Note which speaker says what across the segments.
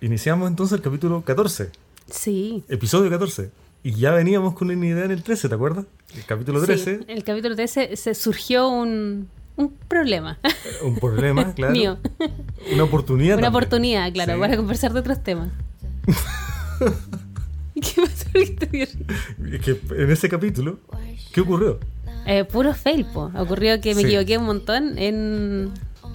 Speaker 1: iniciamos entonces el capítulo 14,
Speaker 2: Sí.
Speaker 1: episodio 14. Y ya veníamos con una idea en el 13, ¿te acuerdas? El capítulo 13,
Speaker 2: Sí, el capítulo 13 se surgió un, un problema
Speaker 1: un problema, claro.
Speaker 2: mío.
Speaker 1: Una oportunidad.
Speaker 2: Una
Speaker 1: también.
Speaker 2: oportunidad, claro,
Speaker 1: Sí.
Speaker 2: para conversar de otros temas. ¿Qué pasó? ¿Por qué te ríes?
Speaker 1: Es que en ese capítulo, ¿qué ocurrió?
Speaker 2: Eh, puro fail, po. Ocurrió que me
Speaker 1: Sí.
Speaker 2: equivoqué un montón en,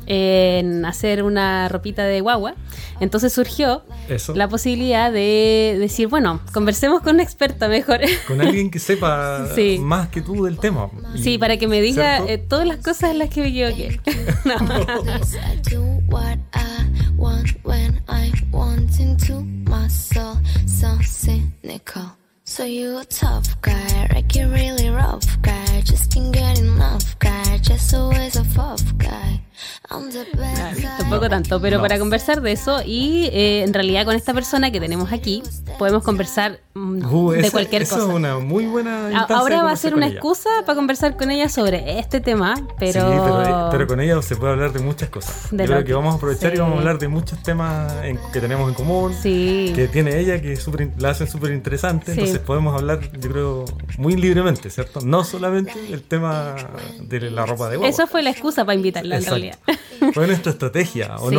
Speaker 2: en hacer una ropita de guagua. Entonces surgió
Speaker 1: Eso.
Speaker 2: la posibilidad de decir, bueno, conversemos con una experta mejor.
Speaker 1: Con alguien que sepa
Speaker 2: Sí.
Speaker 1: más que tú del tema. Y-
Speaker 2: Sí, para que me diga
Speaker 1: ¿cierto?
Speaker 2: eh, todas las cosas en las que me equivoqué.
Speaker 3: Yes, I do what I want when I'm wanting to myself. So cynical. So you a tough guy, like you really rough guy. Just can't get enough guy, just always a tough guy. I'm the bad guy.
Speaker 2: Tampoco tanto, pero
Speaker 1: No.
Speaker 2: para conversar de eso y eh, en realidad con esta persona que tenemos aquí podemos conversar mm,
Speaker 1: Uh,
Speaker 2: de
Speaker 1: esa-
Speaker 2: cualquier
Speaker 1: esa
Speaker 2: cosa.
Speaker 1: es una muy buena
Speaker 2: A-
Speaker 1: instancia de
Speaker 2: Ahora va a
Speaker 1: conversar
Speaker 2: ser
Speaker 1: con
Speaker 2: una
Speaker 1: ella.
Speaker 2: excusa para conversar con ella sobre este tema, pero,
Speaker 1: Sí, pero, eh, pero con ella se puede hablar de muchas cosas.
Speaker 2: De
Speaker 1: Yo creo
Speaker 2: lo-
Speaker 1: que vamos a aprovechar y
Speaker 2: sí.
Speaker 1: vamos a hablar de muchos temas en- que tenemos en común,
Speaker 2: Sí.
Speaker 1: que tiene ella, que es súper in- la hacen súper interesante.
Speaker 2: Sí.
Speaker 1: Entonces podemos hablar, yo creo, muy libremente, ¿cierto? No solamente el tema de la ropa de guagua.
Speaker 2: eso fue la excusa para invitarla en
Speaker 1: Exacto.
Speaker 2: realidad.
Speaker 1: Fue nuestra estrategia, ¿o
Speaker 2: Sí.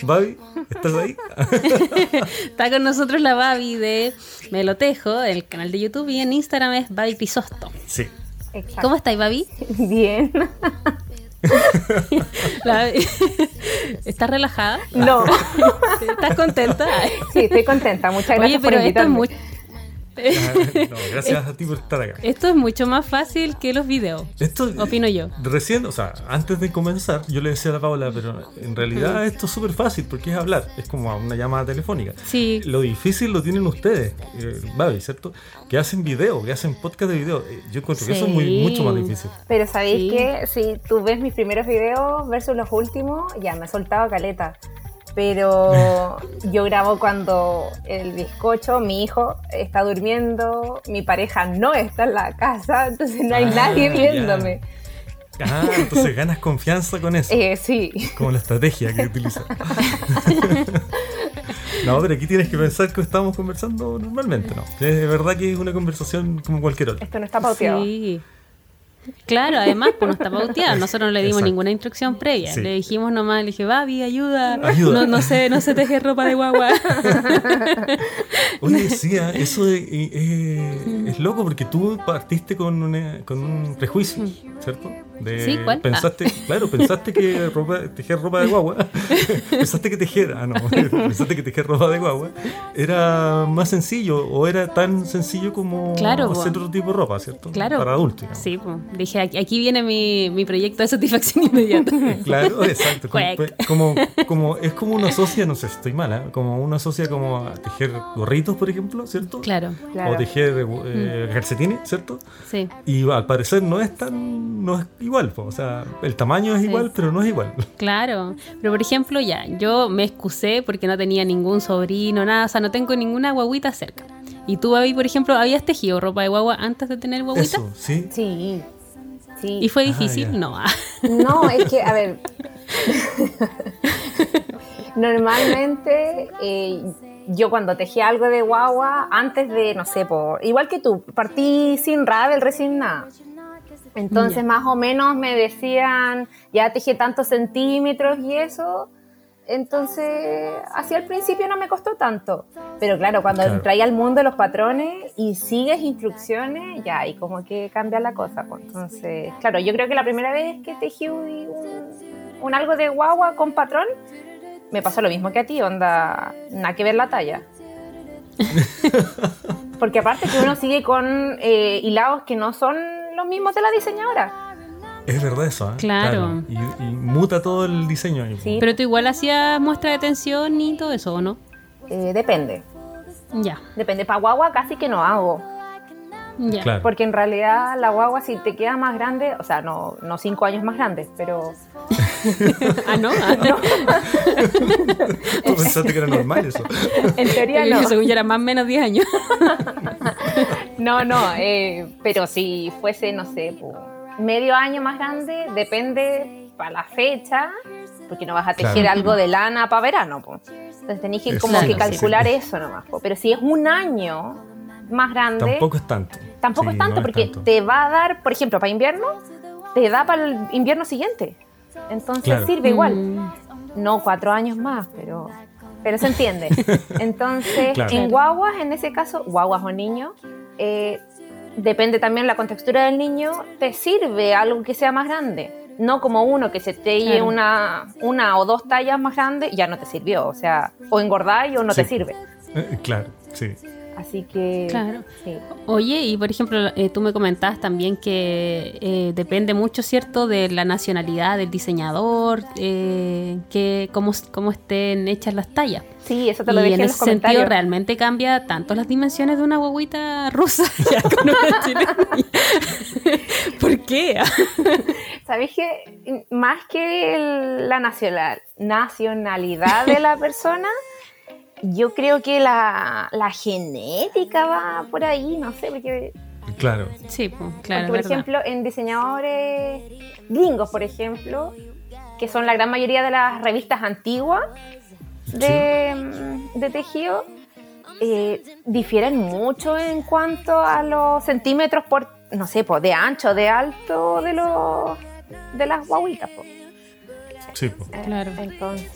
Speaker 1: no, Babi? ¿Estás ahí?
Speaker 2: Está con nosotros la Babi de Melotejo, el canal de YouTube y en Instagram es Babi Crisosto.
Speaker 1: sí.
Speaker 4: Exacto.
Speaker 2: ¿Cómo estáis, Babi?
Speaker 4: Bien.
Speaker 2: La- ¿Estás relajada?
Speaker 4: No.
Speaker 2: ¿Estás contenta?
Speaker 4: Sí, estoy contenta. Muchas gracias
Speaker 2: Oye, pero
Speaker 4: por
Speaker 2: esto es
Speaker 4: invitarme.
Speaker 2: muy,
Speaker 1: Ah, No, gracias a ti por estar acá.
Speaker 2: Esto es mucho más fácil que los videos.
Speaker 1: Esto, eh,
Speaker 2: Opino yo.
Speaker 1: Recién, o sea, antes de comenzar, yo le decía a la Paula, pero en realidad esto es súper fácil porque es hablar, es como una llamada telefónica.
Speaker 2: Sí.
Speaker 1: Lo difícil lo tienen ustedes, eh, Babi, ¿cierto? Que hacen video, que hacen podcast de video. Eh, Yo encuentro que eso es muy,
Speaker 2: Sí.
Speaker 1: mucho más difícil.
Speaker 4: Pero sabéis
Speaker 2: Sí.
Speaker 4: que si tú ves mis primeros videos versus los últimos, ya me he soltado caleta. Pero yo grabo cuando el bizcocho, mi hijo, está durmiendo, mi pareja no está en la casa, entonces no hay
Speaker 1: Ah,
Speaker 4: nadie
Speaker 1: ya.
Speaker 4: viéndome.
Speaker 1: Ah, entonces ganas confianza con eso,
Speaker 4: Eh, sí,
Speaker 1: como la estrategia que utilizas. No, pero aquí tienes que pensar que estamos conversando normalmente, ¿no? Es de verdad que es una conversación como cualquier otra.
Speaker 4: esto no está pauteado.
Speaker 2: Sí. Claro, además, pues no está pauteado. Nosotros no le dimos
Speaker 1: Exacto.
Speaker 2: ninguna instrucción previa.
Speaker 1: Sí.
Speaker 2: Le dijimos nomás, le dije, Babi, ayuda.
Speaker 1: Ayuda.
Speaker 2: No, no sé, no se teje ropa de guagua.
Speaker 1: Oye, sí, ah, eso de- eh, eh, es loco porque tú partiste con, una- con un prejuicio, ¿cierto? De-
Speaker 2: Sí, ¿cuál?
Speaker 1: Pensaste, claro, pensaste que ropa- tejer ropa de guagua, pensaste que tejer, ah, no, pensaste que tejer ropa de guagua era más sencillo o era tan sencillo como
Speaker 2: Claro,
Speaker 1: hacer
Speaker 2: po.
Speaker 1: otro tipo de ropa, ¿cierto?
Speaker 2: Claro.
Speaker 1: Para adultos. digamos.
Speaker 2: Sí, pues. Dije, "Aquí- aquí viene mi, mi proyecto de satisfacción inmediata.
Speaker 1: Eh, Claro, exacto. Como, pues,
Speaker 2: Cuec.
Speaker 1: como, como- es como una socia, no sé, estoy mala, como una socia como a tejer gorritos, por ejemplo, ¿cierto?
Speaker 2: Claro,
Speaker 4: Claro.
Speaker 1: O tejer eh, calcetines, ¿cierto?
Speaker 2: sí.
Speaker 1: Y al parecer no es tan. no es igual, po. o sea, el tamaño es
Speaker 2: Sí.
Speaker 1: igual, pero no es igual.
Speaker 2: Claro, pero por ejemplo ya, yo me excusé porque no tenía ningún sobrino, nada, o sea, no tengo ninguna guaguita cerca. Y tú, Babi, por ejemplo, habías tejido ropa de guagua antes de tener guaguita.
Speaker 1: Eso, sí.
Speaker 4: Sí, sí.
Speaker 2: ¿Y fue
Speaker 1: Ah,
Speaker 2: difícil?
Speaker 1: ya.
Speaker 2: No.
Speaker 4: No, es que, a ver. Normalmente, eh, yo cuando tejía algo de guagua, antes de, no sé, por, igual que tú, partí sin Ravel, recién nada. Entonces,
Speaker 2: Ya.
Speaker 4: más o menos me decían, ya tejí tantos centímetros y eso. Entonces, hacia el principio no me costó tanto. Pero claro, cuando
Speaker 1: Claro.
Speaker 4: entráis al mundo de los patrones y sigues instrucciones, ya, y como que cambia la cosa. pues. Entonces, claro, yo creo que la primera vez que tejí un, un algo de guagua con patrón, me pasó lo mismo que a ti, onda, nada que ver la talla. Porque aparte que uno sigue con eh, hilados que no son los mismos de la diseñadora.
Speaker 1: Es verdad eso, ¿eh?
Speaker 2: Claro.
Speaker 1: Y, y muta todo el diseño. ahí, po.
Speaker 4: Sí.
Speaker 2: Pero tú igual hacías muestra de tensión y todo eso, ¿o no?
Speaker 4: Eh, depende.
Speaker 2: Ya,
Speaker 4: Depende. Para guagua casi que no hago.
Speaker 2: ya.
Speaker 1: Claro.
Speaker 4: Porque en realidad la guagua si te queda más grande, o sea, no, no cinco años más grande, pero
Speaker 2: Ah, no. Ah,
Speaker 1: Tú pensaste que era normal eso.
Speaker 4: en teoría no.
Speaker 2: Yo, según yo era más o menos 10 años.
Speaker 4: No, no, eh, pero si fuese, no sé, po, medio año más grande, depende para la fecha, porque no vas a tejer
Speaker 1: Claro.
Speaker 4: algo de lana para verano. po. Entonces Entonces tenéis que
Speaker 1: Eso,
Speaker 4: como que
Speaker 2: claro, sí.
Speaker 4: calcular eso nomás. po. Pero si es un año más grande,
Speaker 1: Tampoco es
Speaker 4: tampoco,
Speaker 1: tanto. Sí,
Speaker 4: es
Speaker 1: no
Speaker 4: tanto, porque
Speaker 1: tanto.
Speaker 4: te va a dar, por ejemplo, para invierno, te da para el invierno siguiente. Entonces
Speaker 1: Claro.
Speaker 4: sirve igual.
Speaker 2: Mm,
Speaker 4: No cuatro años más, pero, pero se entiende. Entonces,
Speaker 1: Claro.
Speaker 4: en guaguas, en ese caso, guaguas o niños, eh, depende también la contextura del niño, te sirve algo que sea más grande. No como uno que se te lleve
Speaker 2: Claro.
Speaker 4: una, una o dos tallas más grande, ya no te sirvió. O sea, o engordáis o no
Speaker 1: Sí.
Speaker 4: te sirve.
Speaker 1: Eh, claro, sí.
Speaker 4: Así que.
Speaker 2: Claro.
Speaker 4: sí.
Speaker 2: Oye, y por ejemplo, eh, tú me comentabas también que eh, depende mucho, ¿cierto?, de la nacionalidad del diseñador, eh, que cómo, cómo estén hechas las tallas.
Speaker 4: Sí, eso te lo
Speaker 2: y
Speaker 4: dejé
Speaker 2: en
Speaker 4: en, los
Speaker 2: ese sentido
Speaker 4: comentarios.
Speaker 2: realmente cambia tanto las dimensiones de una guaguita rusa ya con una chilena. ¿Por qué? Ah.
Speaker 4: ¿Sabéis que más que el- la nacional- nacionalidad de la persona, yo creo que la, la genética va por ahí, no sé, porque,
Speaker 1: Claro.
Speaker 2: Sí, pues, claro,
Speaker 4: porque, por
Speaker 2: verdad.
Speaker 4: ejemplo, en diseñadores gringos, por ejemplo, que son la gran mayoría de las revistas antiguas de, mm, de tejido, eh, difieren mucho en cuanto a los centímetros por, no sé, pues, de ancho, de alto de los de las guaguitas. pues.
Speaker 1: Sí, po.
Speaker 2: Claro.
Speaker 4: Entonces,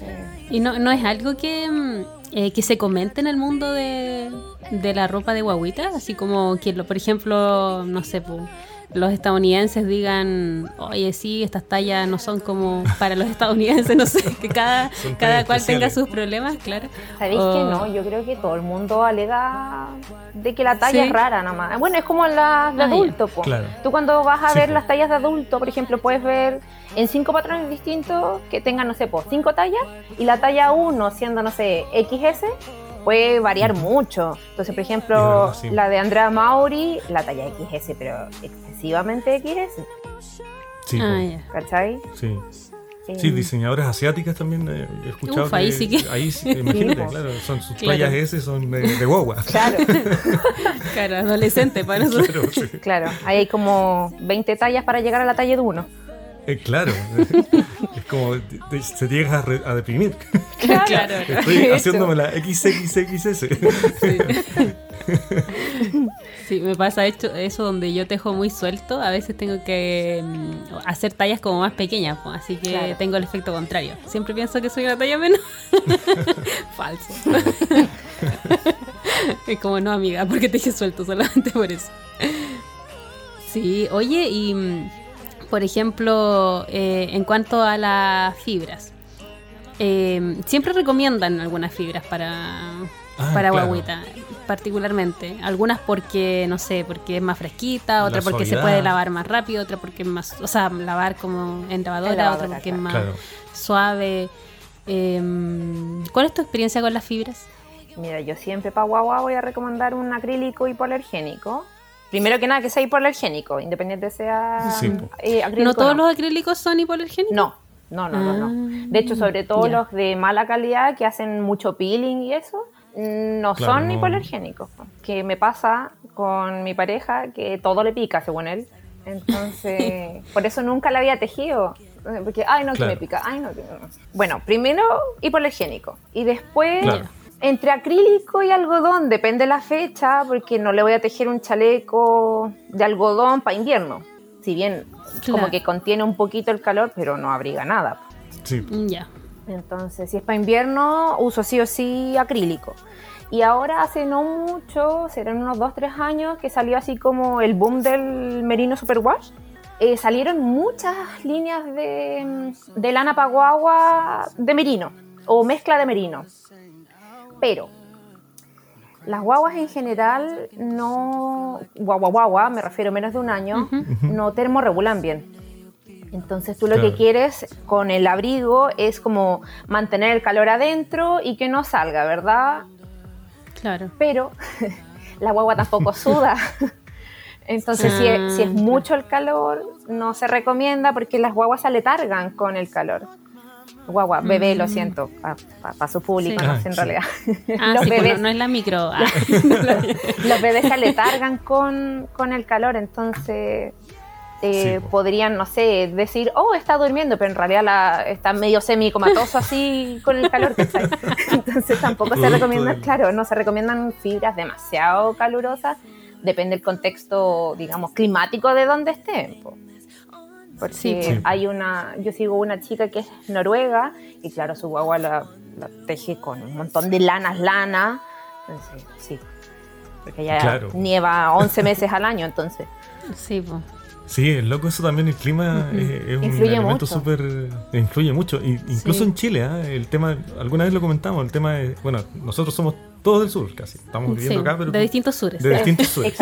Speaker 2: Y no, no es algo que, mm, eh, que se comente en el mundo de, de la ropa de guaguita, así como que, lo- por ejemplo, no sé, po, los estadounidenses digan, oye, sí, estas tallas no son como para los estadounidenses, no sé, que cada,
Speaker 1: Son
Speaker 2: cada
Speaker 1: tallas
Speaker 2: cual tenga
Speaker 1: especiales.
Speaker 2: sus problemas, claro.
Speaker 4: ¿sabéis que
Speaker 2: Oh.
Speaker 4: no? Yo creo que todo el mundo alega de que la talla
Speaker 2: Sí.
Speaker 4: es rara nomás. Bueno, es como las de
Speaker 2: Ah, ya.
Speaker 4: adulto, po.
Speaker 1: Claro.
Speaker 4: Tú cuando vas a
Speaker 1: Sí,
Speaker 4: ver
Speaker 1: po.
Speaker 4: las tallas de adulto, por ejemplo, puedes ver en cinco patrones distintos que tengan, no sé, po, cinco tallas y la talla 1 siendo, no sé, XS puede variar mucho. Entonces, por
Speaker 1: Es
Speaker 4: ejemplo,
Speaker 1: verdad, sí.
Speaker 4: la de Andrea Mauri, la talla XS, pero excesivamente XS,
Speaker 1: Sí, po.
Speaker 2: Ah, ya.
Speaker 4: ¿cachai?
Speaker 1: sí.
Speaker 4: Eh,
Speaker 1: Sí, diseñadoras asiáticas también eh, he escuchado.
Speaker 2: Uf,
Speaker 1: que-
Speaker 2: ahí Em, sí que-
Speaker 1: ahí sí, eh, imagínate,
Speaker 4: Sí, po.
Speaker 1: claro. Son sus
Speaker 2: Claro.
Speaker 1: playas S son de, de guagua.
Speaker 4: Claro,
Speaker 2: Claro, adolescente para nosotros.
Speaker 1: Claro, sí.
Speaker 4: claro. Ahí hay como 20 tallas para llegar a la talla de uno.
Speaker 1: Eh, claro. es como te- te- se llegas a, re- a deprimir.
Speaker 2: Claro,
Speaker 1: Estoy haciéndome la XXXS.
Speaker 2: Sí. Sí, me pasa hecho, eso donde yo tejo muy suelto, a veces tengo que mm, hacer tallas como más pequeñas, po, así que
Speaker 4: Claro.
Speaker 2: tengo el efecto contrario. Siempre pienso que soy una talla menor. Falso. es como no, amiga, porque teje suelto solamente por eso. Sí, oye, y mm, por ejemplo, eh, en cuanto a las fibras, eh, siempre recomiendan algunas fibras para,
Speaker 1: Ah,
Speaker 2: para
Speaker 1: claro.
Speaker 2: guagüita, particularmente. Algunas porque, no sé, porque es más fresquita, otra
Speaker 1: La
Speaker 2: porque se
Speaker 1: suavidad.
Speaker 2: puede lavar más rápido, otra porque es más, o sea, lavar como en lavadora,
Speaker 4: En lavadora,
Speaker 2: otra porque es
Speaker 4: claro.
Speaker 2: más
Speaker 1: Claro.
Speaker 2: suave. Eh, ¿Cuál es tu experiencia con las fibras?
Speaker 4: Mira, yo siempre para guagua voy a recomendar un acrílico hipoalergénico. Primero que nada, que sea hipoalergénico, independiente sea
Speaker 1: Sí, po.
Speaker 4: eh, acrílico.
Speaker 2: ¿No todos
Speaker 4: o no.
Speaker 2: los acrílicos son hipoalergénicos?
Speaker 4: No, no, no, no, no.
Speaker 2: Ah,
Speaker 4: De hecho, sobre todo
Speaker 2: ya.
Speaker 4: los de mala calidad que hacen mucho peeling y eso, mm, no
Speaker 1: Claro,
Speaker 4: son
Speaker 1: no.
Speaker 4: hipoalergénicos. Que me pasa con mi pareja que todo le pica, según él. Entonces, por eso nunca la había tejido. Porque, ay, no,
Speaker 1: Claro.
Speaker 4: que me pica, ay, no, que no. Bueno, primero hipoalergénico. Y después,
Speaker 1: Claro.
Speaker 4: entre acrílico y algodón, depende la fecha, porque no le voy a tejer un chaleco de algodón para invierno. Si bien
Speaker 2: Claro.
Speaker 4: como que contiene un poquito el calor, pero no abriga nada.
Speaker 1: Sí, po.
Speaker 2: Mm, Ya.
Speaker 4: Entonces, si es para invierno, uso sí o sí acrílico. Y ahora hace no mucho, serán unos 2-3 años, que salió así como el boom del merino superwash. Eh, salieron muchas líneas de, mm, de lana paguagua de merino o mezcla de merino. Pero las guaguas en general no, guagua guagua, me refiero menos de un año, no termorregulan bien. Entonces tú lo
Speaker 1: Claro.
Speaker 4: que quieres con el abrigo es como mantener el calor adentro y que no salga, ¿verdad?
Speaker 2: Claro.
Speaker 4: Pero la guagua tampoco suda. Entonces si
Speaker 2: Ah,
Speaker 4: es, si es
Speaker 2: claro.
Speaker 4: mucho el calor, no se recomienda porque las guaguas se aletargan con el calor. Guagua, bebé, lo siento, para su público,
Speaker 2: Mm. Sí.
Speaker 4: no
Speaker 1: Ah,
Speaker 4: sé en
Speaker 1: sí.
Speaker 4: realidad.
Speaker 2: Ah, sí, pues, no, no es la micro. Ah,
Speaker 4: los bebés se aletargan con, con el calor, entonces eh,
Speaker 1: Sí, po.
Speaker 4: podrían, no sé, decir, oh, está durmiendo, pero en realidad la, está medio semicomatoso así con el calor que está. Entonces tampoco se
Speaker 1: Producto
Speaker 4: recomiendan,
Speaker 1: del-
Speaker 4: claro, no se recomiendan fibras demasiado calurosas, depende del contexto, digamos, climático de donde estén. po. Porque
Speaker 2: Sí,
Speaker 1: po. Sí.
Speaker 4: hay una, yo sigo una chica que es noruega y claro, su guagua la, la teje con un montón de lanas, lana. Entonces, sí. Porque ella
Speaker 1: Claro.
Speaker 4: nieva 11 meses al año, entonces.
Speaker 2: Sí, po.
Speaker 1: Sí, es loco eso también, el clima
Speaker 4: Ujú.
Speaker 1: es, es un
Speaker 4: Influye
Speaker 1: elemento
Speaker 4: mucho.
Speaker 1: súper... eh, Influye mucho, in- incluso
Speaker 2: Sí.
Speaker 1: en Chile, ¿ah? el tema, alguna vez lo comentamos, el tema es, bueno, nosotros somos todos del sur casi, estamos
Speaker 2: Sí,
Speaker 1: viviendo acá, pero...
Speaker 2: de distintos sures.
Speaker 1: de distintos sures.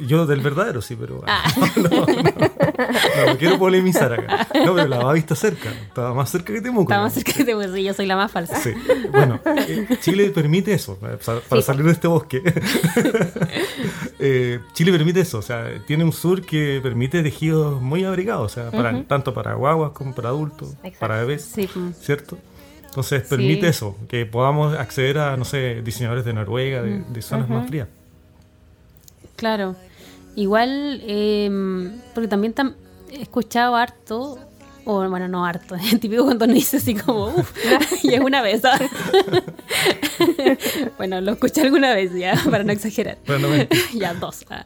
Speaker 1: Yo del verdadero, sí, pero...
Speaker 2: Ah.
Speaker 1: No, no, no, no quiero polemizar acá. No, pero la Bava está cerca, estaba más cerca que Temuco.
Speaker 2: Estaba
Speaker 1: ¿no?
Speaker 2: más cerca de Temuco, sí, yo soy la más falsa.
Speaker 1: Sí, bueno, eh, Chile permite eso, eh, sa- para
Speaker 4: Sí.
Speaker 1: salir de este bosque. Eh, Chile permite eso, o sea, tiene un sur que permite tejidos muy abrigados, o sea, para, tanto para guaguas como para adultos,
Speaker 4: Exacto.
Speaker 1: para bebés,
Speaker 2: Sí, po.
Speaker 1: ¿cierto? Entonces permite
Speaker 2: Sí.
Speaker 1: eso, que podamos acceder a, no sé, diseñadores de Noruega, de, de zonas más frías.
Speaker 2: Claro. Igual, em, porque también tam- he escuchado harto, o bueno, no harto, es típico cuando uno dice así como, uff, y es una vez. ¿ah? bueno, lo escuché alguna vez ya, para no exagerar.
Speaker 1: Para no mentir.
Speaker 2: ya dos. ah.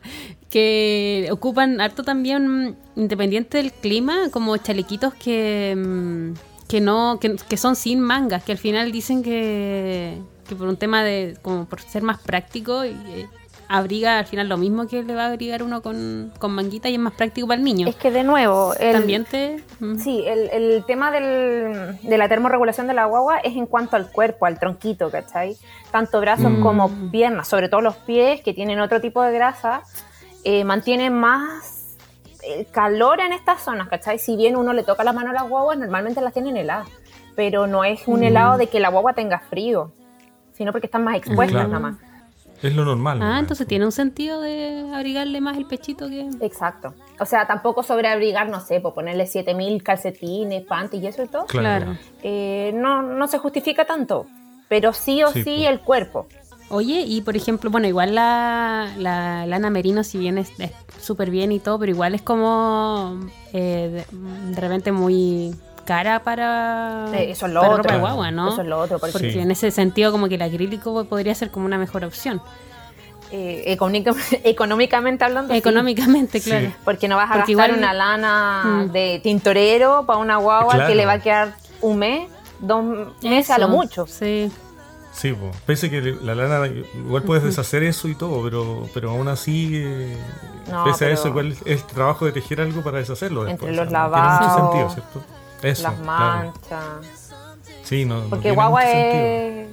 Speaker 2: Que ocupan harto también, independiente del clima, como chalequitos que, mm, que no, que, que son sin mangas, que al final dicen que, que por un tema de, como por ser más práctico, y, eh, abriga al final lo mismo que le va a abrigar uno con, con manguita y es más práctico para el niño.
Speaker 4: Es que de nuevo, el,
Speaker 2: También te... mm,
Speaker 4: Sí, el, el tema del- de la termorregulación de la guagua es en cuanto al cuerpo, al tronquito, ¿cachai? Tanto brazos
Speaker 1: Mm.
Speaker 4: como piernas, sobre todo los pies que tienen otro tipo de grasa, eh, mantienen más eh, calor en estas zonas, ¿cachai? Si bien uno le toca la mano a las guaguas, normalmente las tienen heladas, pero no es
Speaker 1: Mm.
Speaker 4: un helado de que la guagua tenga frío, sino porque están más expuestas
Speaker 1: Claro.
Speaker 4: nada más.
Speaker 1: Es lo normal.
Speaker 2: Ah,
Speaker 1: ¿no?
Speaker 2: entonces tiene un sentido de abrigarle más el pechito que...
Speaker 4: Exacto. O sea, tampoco sobreabrigar, no sé, por ponerle 7000 calcetines, panties y eso y todo.
Speaker 1: Claro.
Speaker 2: Claro.
Speaker 4: eh, no, no se justifica tanto, pero sí o
Speaker 1: Sí, pues.
Speaker 4: sí,
Speaker 1: po.
Speaker 4: el cuerpo.
Speaker 2: Oye, y por ejemplo, bueno, igual la, la lana merino, si bien es es súper bien y todo, pero igual es como eh, de, de repente muy cara para,
Speaker 4: Eh, eso es lo
Speaker 2: para
Speaker 4: otro.
Speaker 2: ropa de guagua, ¿no?
Speaker 4: Eso es lo otro, porque
Speaker 2: Porque
Speaker 1: Sí.
Speaker 2: en ese sentido como que el acrílico podría ser como una mejor opción.
Speaker 4: eh, económica- económicamente hablando, sí,
Speaker 2: Económicamente,
Speaker 1: Sí.
Speaker 2: claro.
Speaker 4: porque no vas a
Speaker 2: Porque
Speaker 4: gastar
Speaker 2: igual-
Speaker 4: una lana
Speaker 2: Mm.
Speaker 4: de tintorero para una guagua
Speaker 1: Claro.
Speaker 4: que le va a quedar un mes, dos meses a lo
Speaker 2: Eso,
Speaker 4: mucho.
Speaker 2: Sí,
Speaker 1: Sí, po. pese que la lana, igual puedes deshacer eso y todo, pero, pero aún así, eh,
Speaker 4: No,
Speaker 1: pese a
Speaker 4: pero-
Speaker 1: eso, igual es el trabajo de tejer algo para deshacerlo. Después,
Speaker 4: Entre los
Speaker 1: no
Speaker 4: lavados,
Speaker 1: tiene mucho sentido, ¿cierto? Eso,
Speaker 4: las
Speaker 1: claro.
Speaker 4: manchas.
Speaker 1: Sí, no, no
Speaker 4: Porque
Speaker 1: tiene
Speaker 4: guagua
Speaker 1: mucho
Speaker 4: es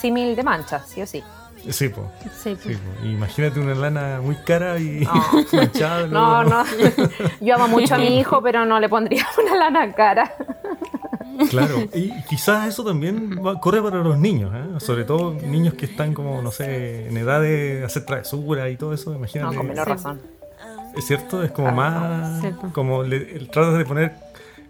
Speaker 4: símil de manchas, sí o sí.
Speaker 1: sentido. Sí, po.
Speaker 2: sí.
Speaker 1: Sí, po. Imagínate una lana muy cara y
Speaker 4: No.
Speaker 1: manchada.
Speaker 4: No, no. Yo amo mucho a mi hijo, pero no le pondría una lana cara.
Speaker 1: Claro, y quizás eso también va- corre para los niños, ¿eh? sobre todo niños que están como, no sé, en edad de hacer travesuras y todo eso.
Speaker 4: No,
Speaker 1: Imagínate.
Speaker 4: con menor
Speaker 2: Sí.
Speaker 4: razón.
Speaker 1: Es cierto, es
Speaker 4: Ah,
Speaker 1: como más.
Speaker 2: sí, po.
Speaker 1: Como le- el- tratas de poner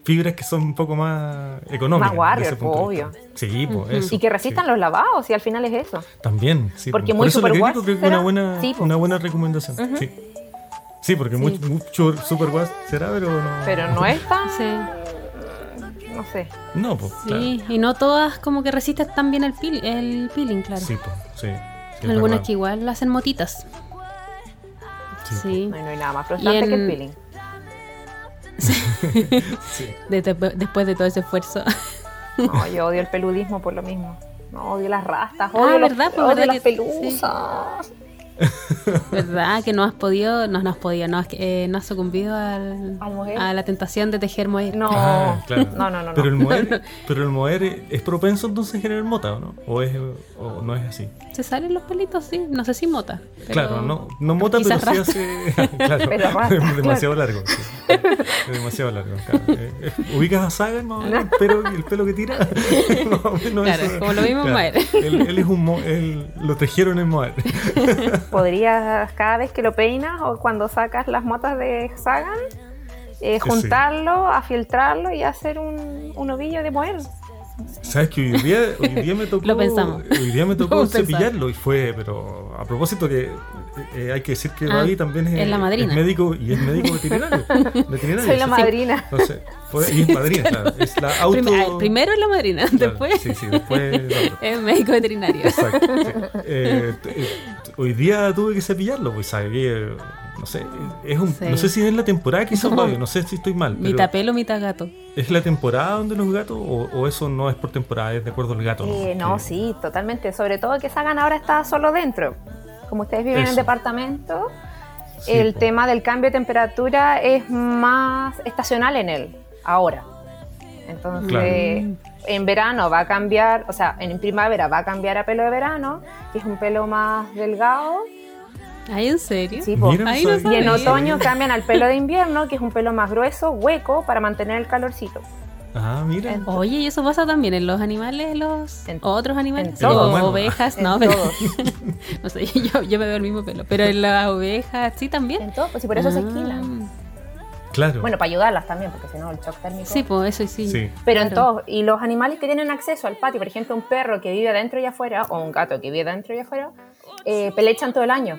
Speaker 1: fibras que son un poco más económicas.
Speaker 4: Más warrior,
Speaker 1: desde ese punto
Speaker 4: po,
Speaker 1: de vista. Sí, po, eso,
Speaker 4: pues, Y que resistan
Speaker 1: sí.
Speaker 4: los lavados, y al final es eso.
Speaker 1: También, sí.
Speaker 4: Porque
Speaker 1: po.
Speaker 4: muy
Speaker 1: Por eso el
Speaker 4: superwash
Speaker 1: acrílico creo que es una
Speaker 4: será.
Speaker 1: buena,
Speaker 4: Sí, pues. po.
Speaker 1: una buena recomendación. sí. Sí, porque muy- mucho super guas será, pero no.
Speaker 4: Pero no es tan.
Speaker 2: sí.
Speaker 4: No sé.
Speaker 1: No, pues.
Speaker 2: Sí, y no todas como que resisten tan bien el, pil- el peeling, claro.
Speaker 1: Sí, po, sí. sí, es
Speaker 2: Algunas
Speaker 1: verdad.
Speaker 2: que igual hacen motitas.
Speaker 1: Sí.
Speaker 2: Sí.
Speaker 4: No, no hay nada más frustrante que
Speaker 2: en-
Speaker 4: el peeling.
Speaker 1: Sí.
Speaker 2: De- de- después de todo ese esfuerzo.
Speaker 4: No, yo odio el peludismo por lo mismo. No, odio las rastas,
Speaker 2: Ah,
Speaker 4: odio, los-
Speaker 2: ¿verdad? Pues,
Speaker 4: odio
Speaker 2: ¿verdad
Speaker 4: las
Speaker 2: que-
Speaker 4: pelusas.
Speaker 2: ¿Verdad? Que no has podido, no, no has podido, no has, eh, no has sucumbido al-
Speaker 4: ¿Al mohair?
Speaker 2: a la tentación de tejer mohair.
Speaker 4: No.
Speaker 1: Ah, claro.
Speaker 4: no, no, no.
Speaker 1: Pero el
Speaker 4: no.
Speaker 1: moer, pero el moer es propenso entonces a generar mota, ¿o no? O, es, o no es así.
Speaker 2: Se salen los pelitos, sí, no sé si mota. pero-
Speaker 1: Claro, no, no mota, pero
Speaker 2: quizás
Speaker 1: sí
Speaker 2: rasta.
Speaker 1: hace. claro,
Speaker 4: Pero rasta,
Speaker 1: es demasiado largo. sí. Es demasiado largo. claro. Eh, eh, Ubicas a Saga, más o menos, el, pelo, el pelo que tira. Más o menos
Speaker 2: Claro,
Speaker 1: eso.
Speaker 2: como lo mismo en Moer.
Speaker 1: Él, él es un. mo- él- lo tejieron en Moer.
Speaker 4: Podrías, cada vez que lo peinas o cuando sacas las motas de Sagan, eh, juntarlo, afiltrarlo y hacer un, un ovillo de moer.
Speaker 1: ¿Sabes que hoy día, hoy día me tocó.
Speaker 2: Lo pensamos.
Speaker 1: Hoy día me tocó
Speaker 2: Vamos a pensar.
Speaker 1: cepillarlo y fue, pero a propósito que eh, hay que decir que
Speaker 2: Ah,
Speaker 1: Babi también es,
Speaker 2: es la madrina.
Speaker 1: es médico y es médico veterinario. veterinario,
Speaker 4: Soy la
Speaker 1: sí.
Speaker 4: madrina.
Speaker 1: Entonces, pues, y es madrina, claro. Es la auto.
Speaker 2: Prim- ah, primero es la madrina,
Speaker 1: Claro,
Speaker 2: después
Speaker 1: Sí, sí, después. la otra.
Speaker 2: es médico veterinario.
Speaker 1: Exacto. sí. Eh, t- eh, t- hoy día tuve que cepillarlo, pues sabes que, no sé, es un,
Speaker 2: Sí.
Speaker 1: no sé si es la temporada que hizo
Speaker 2: como
Speaker 1: Babi, no sé si estoy mal, pero
Speaker 2: mitad pelo, mitad gato.
Speaker 1: ¿es la temporada donde los gatos o, o eso no es por temporada, es de acuerdo al gato?
Speaker 4: Eh,
Speaker 1: Que-
Speaker 4: no, sí, totalmente. Sobre todo que Sagan ahora está solo dentro. Como ustedes viven en
Speaker 1: Eso.
Speaker 4: el departamento,
Speaker 1: sí,
Speaker 4: el
Speaker 1: po.
Speaker 4: tema del cambio de temperatura es más estacional en él, ahora. Entonces,
Speaker 1: Claro.
Speaker 4: en verano va a cambiar, o sea, en primavera va a cambiar a pelo de verano, que es un pelo más delgado.
Speaker 2: ¿Ay, en serio?
Speaker 4: Sí, po.
Speaker 1: Mira, no
Speaker 2: Ahí no
Speaker 1: sabía.
Speaker 4: Y en
Speaker 2: sabía.
Speaker 4: otoño cambian al pelo de invierno, que es un pelo más grueso, hueco, para mantener el calorcito.
Speaker 1: Ah, mira.
Speaker 4: En-
Speaker 2: Oye, ¿y eso pasa también en los animales, en los
Speaker 4: En-
Speaker 2: otros animales?
Speaker 4: en
Speaker 2: O
Speaker 1: todo. Bueno,
Speaker 2: ovejas,
Speaker 4: en
Speaker 2: no, pero-
Speaker 4: todo.
Speaker 2: no sé, yo, yo me veo el mismo pelo. Pero en las ovejas, sí, también.
Speaker 4: En todo, pues, y por eso se
Speaker 2: Ah.
Speaker 4: esquilan.
Speaker 1: Claro.
Speaker 4: Bueno, para ayudarlas también, porque si no, el shock térmico.
Speaker 2: Sí, pues eso sí.
Speaker 1: sí.
Speaker 4: Pero en
Speaker 2: Claro.
Speaker 4: todo, y los animales que tienen acceso al patio, por ejemplo, un perro que vive adentro y afuera, o un gato que vive adentro y afuera, eh, pelechan todo el año,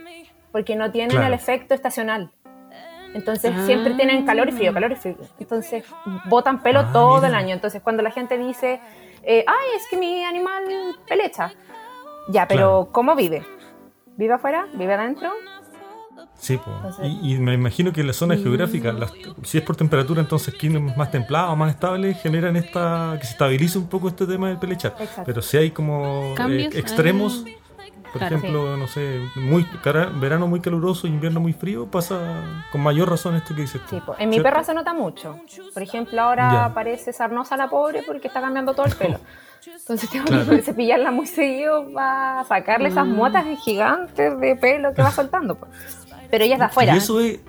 Speaker 4: porque no tienen
Speaker 1: Claro.
Speaker 4: el efecto estacional. Entonces
Speaker 2: Ah.
Speaker 4: siempre tienen calor y frío, calor y frío. Entonces botan pelo
Speaker 1: Ah,
Speaker 4: todo
Speaker 1: mira.
Speaker 4: el año. Entonces cuando la gente dice, eh, ay, es que mi animal pelecha, ya, pero
Speaker 1: Claro.
Speaker 4: ¿cómo vive? ¿Vive afuera? ¿Vive adentro?
Speaker 1: Sí, po.
Speaker 4: Entonces-
Speaker 1: y, y me imagino que en la zona geográfica, las- si es por temperatura, entonces climas más templados, más estables, generan esta. que se estabilice un poco este tema del pelechar.
Speaker 4: Exacto.
Speaker 1: Pero si hay como eh,
Speaker 2: Cambios,
Speaker 1: extremos, por
Speaker 2: Claro,
Speaker 1: ejemplo, no sé, muy cara- verano muy caluroso, invierno muy frío, pasa con mayor razón esto que dices tú.
Speaker 4: Sí, po. En mi
Speaker 1: ¿cierto?
Speaker 4: perra se nota mucho. Por ejemplo, ahora
Speaker 1: Ya.
Speaker 4: parece sarnosa la pobre porque está cambiando todo el pelo. Entonces tengo
Speaker 1: Claro. Mm.
Speaker 4: que cepillarla muy seguido para sacarle esas motas gigantes de pelo que va soltando. po. Pero ella está afuera.
Speaker 1: Y eso es.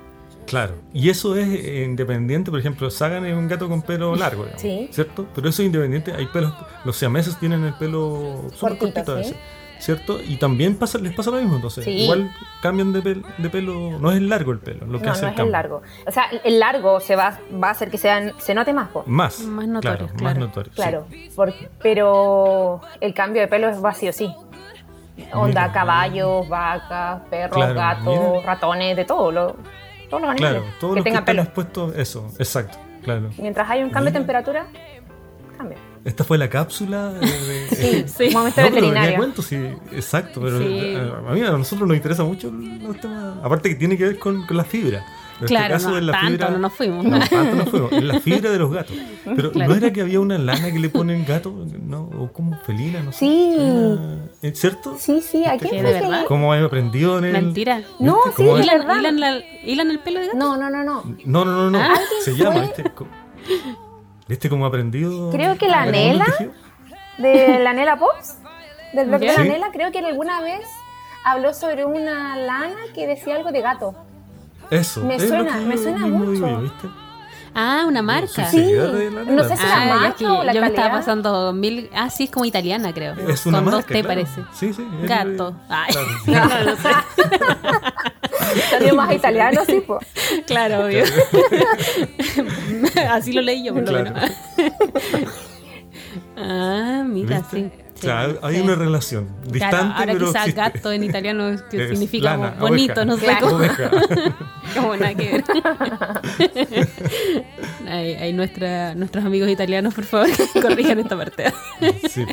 Speaker 1: Claro, y eso es eh, independiente, por ejemplo, Sagan es un gato con pelo largo, digamos,
Speaker 4: Sí.
Speaker 1: ¿cierto? Pero eso es independiente, hay pelos, los siameses tienen el pelo súper
Speaker 4: Cortito,
Speaker 1: cortito, a
Speaker 4: sí.
Speaker 1: veces, ¿cierto? Y también pasa, les pasa lo mismo, entonces,
Speaker 4: Sí.
Speaker 1: igual cambian de, pel- de pelo, no es el largo el pelo, lo que
Speaker 4: No,
Speaker 1: hace
Speaker 4: no
Speaker 1: el
Speaker 4: es el
Speaker 1: cambio.
Speaker 4: largo. O sea, el largo se va, va a hacer que sean, se note más. po.
Speaker 1: Más,
Speaker 2: Más notorio,
Speaker 1: claro, más
Speaker 2: claro.
Speaker 1: notorio. Mm, sí.
Speaker 4: Claro. por- pero el cambio de pelo es vacío, sí. Onda,
Speaker 1: Mira.
Speaker 4: caballos, vacas, perros,
Speaker 1: Claro,
Speaker 4: gatos,
Speaker 1: mira.
Speaker 4: ratones, de todo. lo- todos los animales
Speaker 1: Claro, todos los
Speaker 4: que
Speaker 1: que
Speaker 4: tengan
Speaker 1: están
Speaker 4: pelo.
Speaker 1: expuestos, eso, exacto, claro.
Speaker 4: Mientras hay un cambio de
Speaker 1: Mira.
Speaker 4: temperatura, cambia.
Speaker 1: Esta fue la cápsula de... de- eh,
Speaker 4: Sí,
Speaker 2: Sí.
Speaker 4: momento
Speaker 1: No, pero venía a
Speaker 4: veterinario.
Speaker 1: cuento, sí, exacto, pero eh,
Speaker 2: Sí.
Speaker 1: a, a mí a nosotros nos interesa mucho los temas, aparte que tiene que ver con, con la fibra. En
Speaker 2: Claro,
Speaker 1: este caso
Speaker 2: no,
Speaker 1: es la
Speaker 2: tanto
Speaker 1: fibra,
Speaker 2: no nos fuimos.
Speaker 1: No, tanto no fuimos, es la fibra de los gatos. Pero
Speaker 2: Claro.
Speaker 1: no era que había una lana que le ponen gato, no, o como felina, no sé.
Speaker 4: Sí.
Speaker 1: Una- ¿Es cierto?
Speaker 4: Sí, sí, ¿a quién
Speaker 2: ¿De
Speaker 4: fue
Speaker 2: verdad?
Speaker 4: ese?
Speaker 1: ¿Cómo he aprendido en el
Speaker 2: Mentira.
Speaker 4: No,
Speaker 1: ¿Viste?
Speaker 4: sí,
Speaker 1: ¿Cómo es?
Speaker 4: la-
Speaker 2: ¿Hilan,
Speaker 4: verdad.
Speaker 2: hilan la- hilan el pelo de gato?
Speaker 4: No, no, no,
Speaker 2: Mm.
Speaker 1: No,
Speaker 4: no.
Speaker 1: no, no, no. Se llama,
Speaker 4: Ah, fue-
Speaker 1: ¿viste? Co- ¿Viste cómo he aprendido?
Speaker 4: Creo que la
Speaker 1: ¿Cómo
Speaker 4: Nela?
Speaker 1: tejido?
Speaker 4: ¿De la Nela Pops? Del blog
Speaker 2: ¿Ya?
Speaker 4: de la
Speaker 1: Sí.
Speaker 4: Nela, creo que alguna vez habló sobre una lana que decía algo de gato.
Speaker 1: Eso.
Speaker 4: Me
Speaker 1: es lo
Speaker 4: suena,
Speaker 1: que
Speaker 4: me suena
Speaker 1: mismo digo
Speaker 4: mucho.
Speaker 1: yo, ¿viste?
Speaker 2: Ah, una marca.
Speaker 1: Sí,
Speaker 4: Sí,
Speaker 1: ya de la
Speaker 4: no
Speaker 1: Nela.
Speaker 4: sé si
Speaker 2: Ah,
Speaker 4: la
Speaker 2: ya
Speaker 4: marca
Speaker 2: es que
Speaker 4: o la
Speaker 2: yo me estaba
Speaker 4: calidad.
Speaker 2: pasando mil. Ah, sí, es como italiana, creo.
Speaker 1: Es una
Speaker 2: Con
Speaker 1: marca,
Speaker 2: dos T
Speaker 1: claro.
Speaker 2: parece.
Speaker 1: Sí, sí. es-
Speaker 2: Gato. Ay.
Speaker 1: Claro, sí.
Speaker 2: No, no, no sé.
Speaker 4: Salió más italiano, sí, po.
Speaker 2: Claro, obvio. Así lo leí yo, por lo
Speaker 1: Claro.
Speaker 2: menos. Ah, mira, sí.
Speaker 1: ¿Viste? O
Speaker 2: sí,
Speaker 1: sea, hay
Speaker 2: sí.
Speaker 1: una relación
Speaker 2: Claro,
Speaker 1: distante,
Speaker 2: ahora
Speaker 1: pero
Speaker 2: quizás
Speaker 1: existe.
Speaker 2: gato en italiano que
Speaker 1: Es
Speaker 2: significa
Speaker 1: lana,
Speaker 2: bo- bonito,
Speaker 1: oveja.
Speaker 2: no sé
Speaker 4: Claro.
Speaker 2: cómo,
Speaker 1: Oveja.
Speaker 2: cómo nada que ver. Ahí- ahí nuestra, nuestros amigos italianos, por favor, corrijan esta parte.
Speaker 1: Sí, po.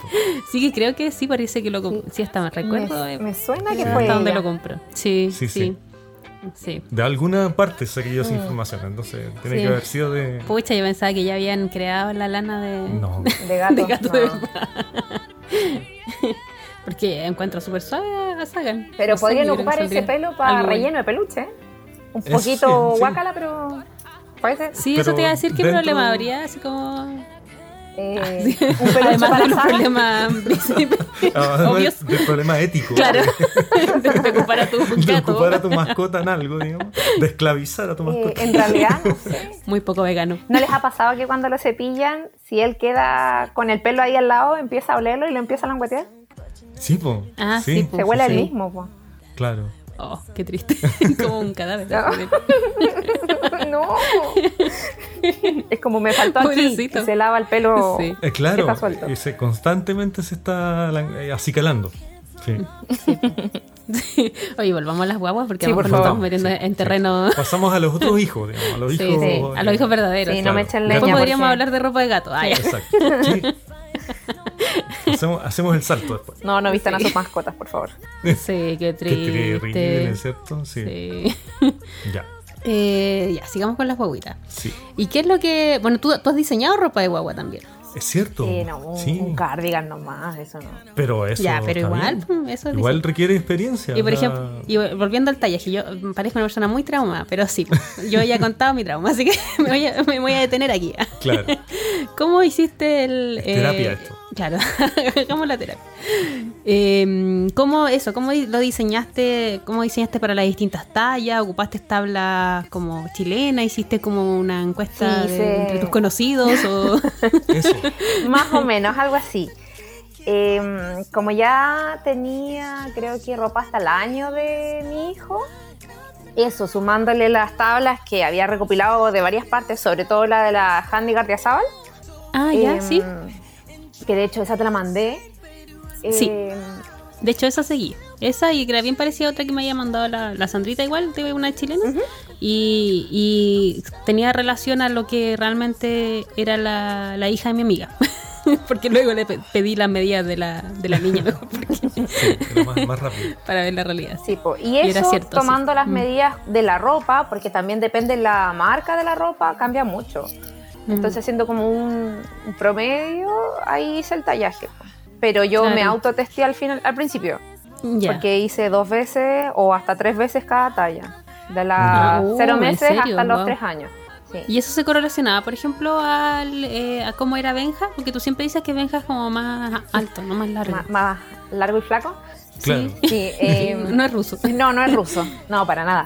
Speaker 2: Sí, que creo que sí, parece que lo compró. Sí, hasta me recuerdo.
Speaker 4: Me,
Speaker 2: eh,
Speaker 4: me suena que
Speaker 2: hasta
Speaker 4: fue
Speaker 2: dónde
Speaker 4: ella.
Speaker 2: lo compró. Sí,
Speaker 1: Sí,
Speaker 2: sí.
Speaker 1: sí.
Speaker 2: sí.
Speaker 1: De alguna parte saqué yo esa información, entonces tiene
Speaker 2: Mm. Sí.
Speaker 1: que haber sido de.
Speaker 2: Pucha, yo pensaba que ya habían creado la lana de.
Speaker 1: No.
Speaker 4: De gato.
Speaker 2: de gato de
Speaker 4: no.
Speaker 2: verdad. Porque encuentro súper suave a Sagan.
Speaker 4: Pero
Speaker 2: No sé,
Speaker 4: podrían
Speaker 2: yo creo que
Speaker 4: ocupar ese
Speaker 2: saldría
Speaker 4: pelo para
Speaker 2: algo bueno.
Speaker 4: relleno de peluche. ¿eh? Un
Speaker 1: Eso
Speaker 4: poquito
Speaker 1: sí, sí.
Speaker 4: guacala, pero... Parece
Speaker 2: Sí,
Speaker 1: Pero
Speaker 2: eso te iba a decir qué
Speaker 1: dentro-
Speaker 2: problema habría, así como.
Speaker 4: eh, un peluche
Speaker 2: Ah, Además
Speaker 4: para
Speaker 2: de los
Speaker 4: Sara.
Speaker 2: problemas principales.
Speaker 1: Además,
Speaker 2: obvios.
Speaker 1: Ah, del problema ético.
Speaker 2: Claro. De que te ocupara tu
Speaker 1: De
Speaker 2: gato.
Speaker 1: ocupar a tu mascota en algo, digamos. De esclavizar a tu
Speaker 4: Eh,
Speaker 1: mascota.
Speaker 4: en realidad, no sé.
Speaker 2: Muy poco vegano.
Speaker 4: ¿No les ha pasado que cuando lo cepillan, si él queda con el pelo ahí al lado, empieza a olerlo y lo empieza a languetear?
Speaker 1: Sí, po.
Speaker 2: Ah, sí, po.
Speaker 4: Se huele
Speaker 2: sí.
Speaker 4: el mismo, po.
Speaker 1: Claro.
Speaker 2: Oh, qué triste. como un cadáver.
Speaker 4: No. no. Es como me faltó aquí,
Speaker 2: Pobrecito.
Speaker 4: que se lava el pelo.
Speaker 2: Sí.
Speaker 1: Eh, claro.
Speaker 4: Está suelto.
Speaker 1: Y se, constantemente se está lan- eh, acicalando. Sí.
Speaker 2: Oye, volvamos a las guaguas porque
Speaker 4: Sí,
Speaker 2: a lo
Speaker 4: por
Speaker 2: mejor nos estamos
Speaker 4: favor.
Speaker 2: metiendo
Speaker 1: Sí,
Speaker 2: en
Speaker 1: sí.
Speaker 2: terreno.
Speaker 1: Pasamos a los otros hijos, digamos, a los
Speaker 2: Sí,
Speaker 1: hijos,
Speaker 4: sí,
Speaker 2: a los hijos verdaderos.
Speaker 4: Sí, no
Speaker 1: Claro.
Speaker 4: me
Speaker 1: Después
Speaker 4: echen leña.
Speaker 2: Después
Speaker 4: porque-
Speaker 2: podríamos hablar de ropa de gato. Ah, ya.
Speaker 1: Exacto. Sí. Hacemos, hacemos el salto después.
Speaker 4: No, no vistan
Speaker 2: Sí.
Speaker 4: a sus mascotas, por favor.
Speaker 2: Sí, qué
Speaker 1: Qué
Speaker 2: triste.
Speaker 1: terrible, ¿cierto? Sí.
Speaker 2: Sí.
Speaker 1: Ya,
Speaker 2: Eh, ya, sigamos con las guaguitas.
Speaker 1: sí.
Speaker 2: ¿Y qué es lo que.? Bueno, tú, tú has diseñado ropa de guagua también.
Speaker 1: Es cierto.
Speaker 4: Sí, Eh, no, un,
Speaker 1: sí.
Speaker 4: un cardigan nomás, eso no.
Speaker 1: Pero eso.
Speaker 2: ya,
Speaker 1: está
Speaker 2: pero igual,
Speaker 1: bien.
Speaker 2: pum, eso es
Speaker 1: Igual
Speaker 2: diseño.
Speaker 1: requiere experiencia.
Speaker 2: Y por
Speaker 1: o sea,
Speaker 2: ejemplo, y volviendo al tallaje, yo mm, parezco una persona muy trauma, pero sí, yo ya he contado mi trauma, así que me voy a, me voy a detener aquí.
Speaker 1: Claro.
Speaker 2: ¿Cómo hiciste el. eh,
Speaker 1: Es terapia esto.
Speaker 2: Claro, hagamos la terapia. Eh, ¿Cómo eso? ¿Cómo di- lo diseñaste? ¿Cómo diseñaste para las distintas tallas? ¿Ocupaste tablas como chilena? ¿Hiciste como una encuesta
Speaker 4: Sí,
Speaker 2: de-
Speaker 4: hice-
Speaker 2: entre tus conocidos? O...
Speaker 1: Eso.
Speaker 4: Más o menos, algo así. Em, como ya tenía, creo que ropa hasta el año de mi hijo, eso, sumándole las tablas que había recopilado de varias partes, sobre todo la de la Handicap de Azábal.
Speaker 2: ah, ya,
Speaker 4: em,
Speaker 2: sí.
Speaker 4: Que de hecho esa te la mandé.
Speaker 2: Sí.
Speaker 4: Em,
Speaker 2: De hecho, esa seguí. Esa y que era bien parecida a otra que me había mandado la, la Sandrita, igual, de una chilena. y, y tenía relación a lo que realmente era la, la hija de mi amiga. porque luego le pe- pedí las medidas de la, de la niña mejor, porque-
Speaker 1: Sí, pero más, más rápido.
Speaker 2: para ver la realidad.
Speaker 4: Sí, po. y
Speaker 2: Y era
Speaker 4: eso
Speaker 2: cierto,
Speaker 4: tomando
Speaker 2: sí.
Speaker 4: las
Speaker 2: Mm.
Speaker 4: medidas de la ropa, porque también depende la marca de la ropa, cambia mucho.
Speaker 2: Mm.
Speaker 4: Entonces haciendo como un, un promedio, ahí hice el tallaje. po. Pero yo me
Speaker 2: Claro.
Speaker 4: autotesté al final, al principio,
Speaker 2: Mm, ya.
Speaker 4: porque hice dos veces o hasta tres veces cada talla, de las
Speaker 2: Ah, uh,
Speaker 4: cero
Speaker 2: ¿en
Speaker 4: meses
Speaker 2: serio?
Speaker 4: hasta los
Speaker 2: Wow.
Speaker 4: tres años. Sí.
Speaker 2: Y eso se correlacionaba, por ejemplo, al, eh, a cómo era Benja, porque tú siempre dices que Benja es como más alto, no más largo.
Speaker 4: Ma- más largo y flaco.
Speaker 1: Claro.
Speaker 4: Sí, eh,
Speaker 2: no es ruso.
Speaker 4: No, no es ruso. No, para nada.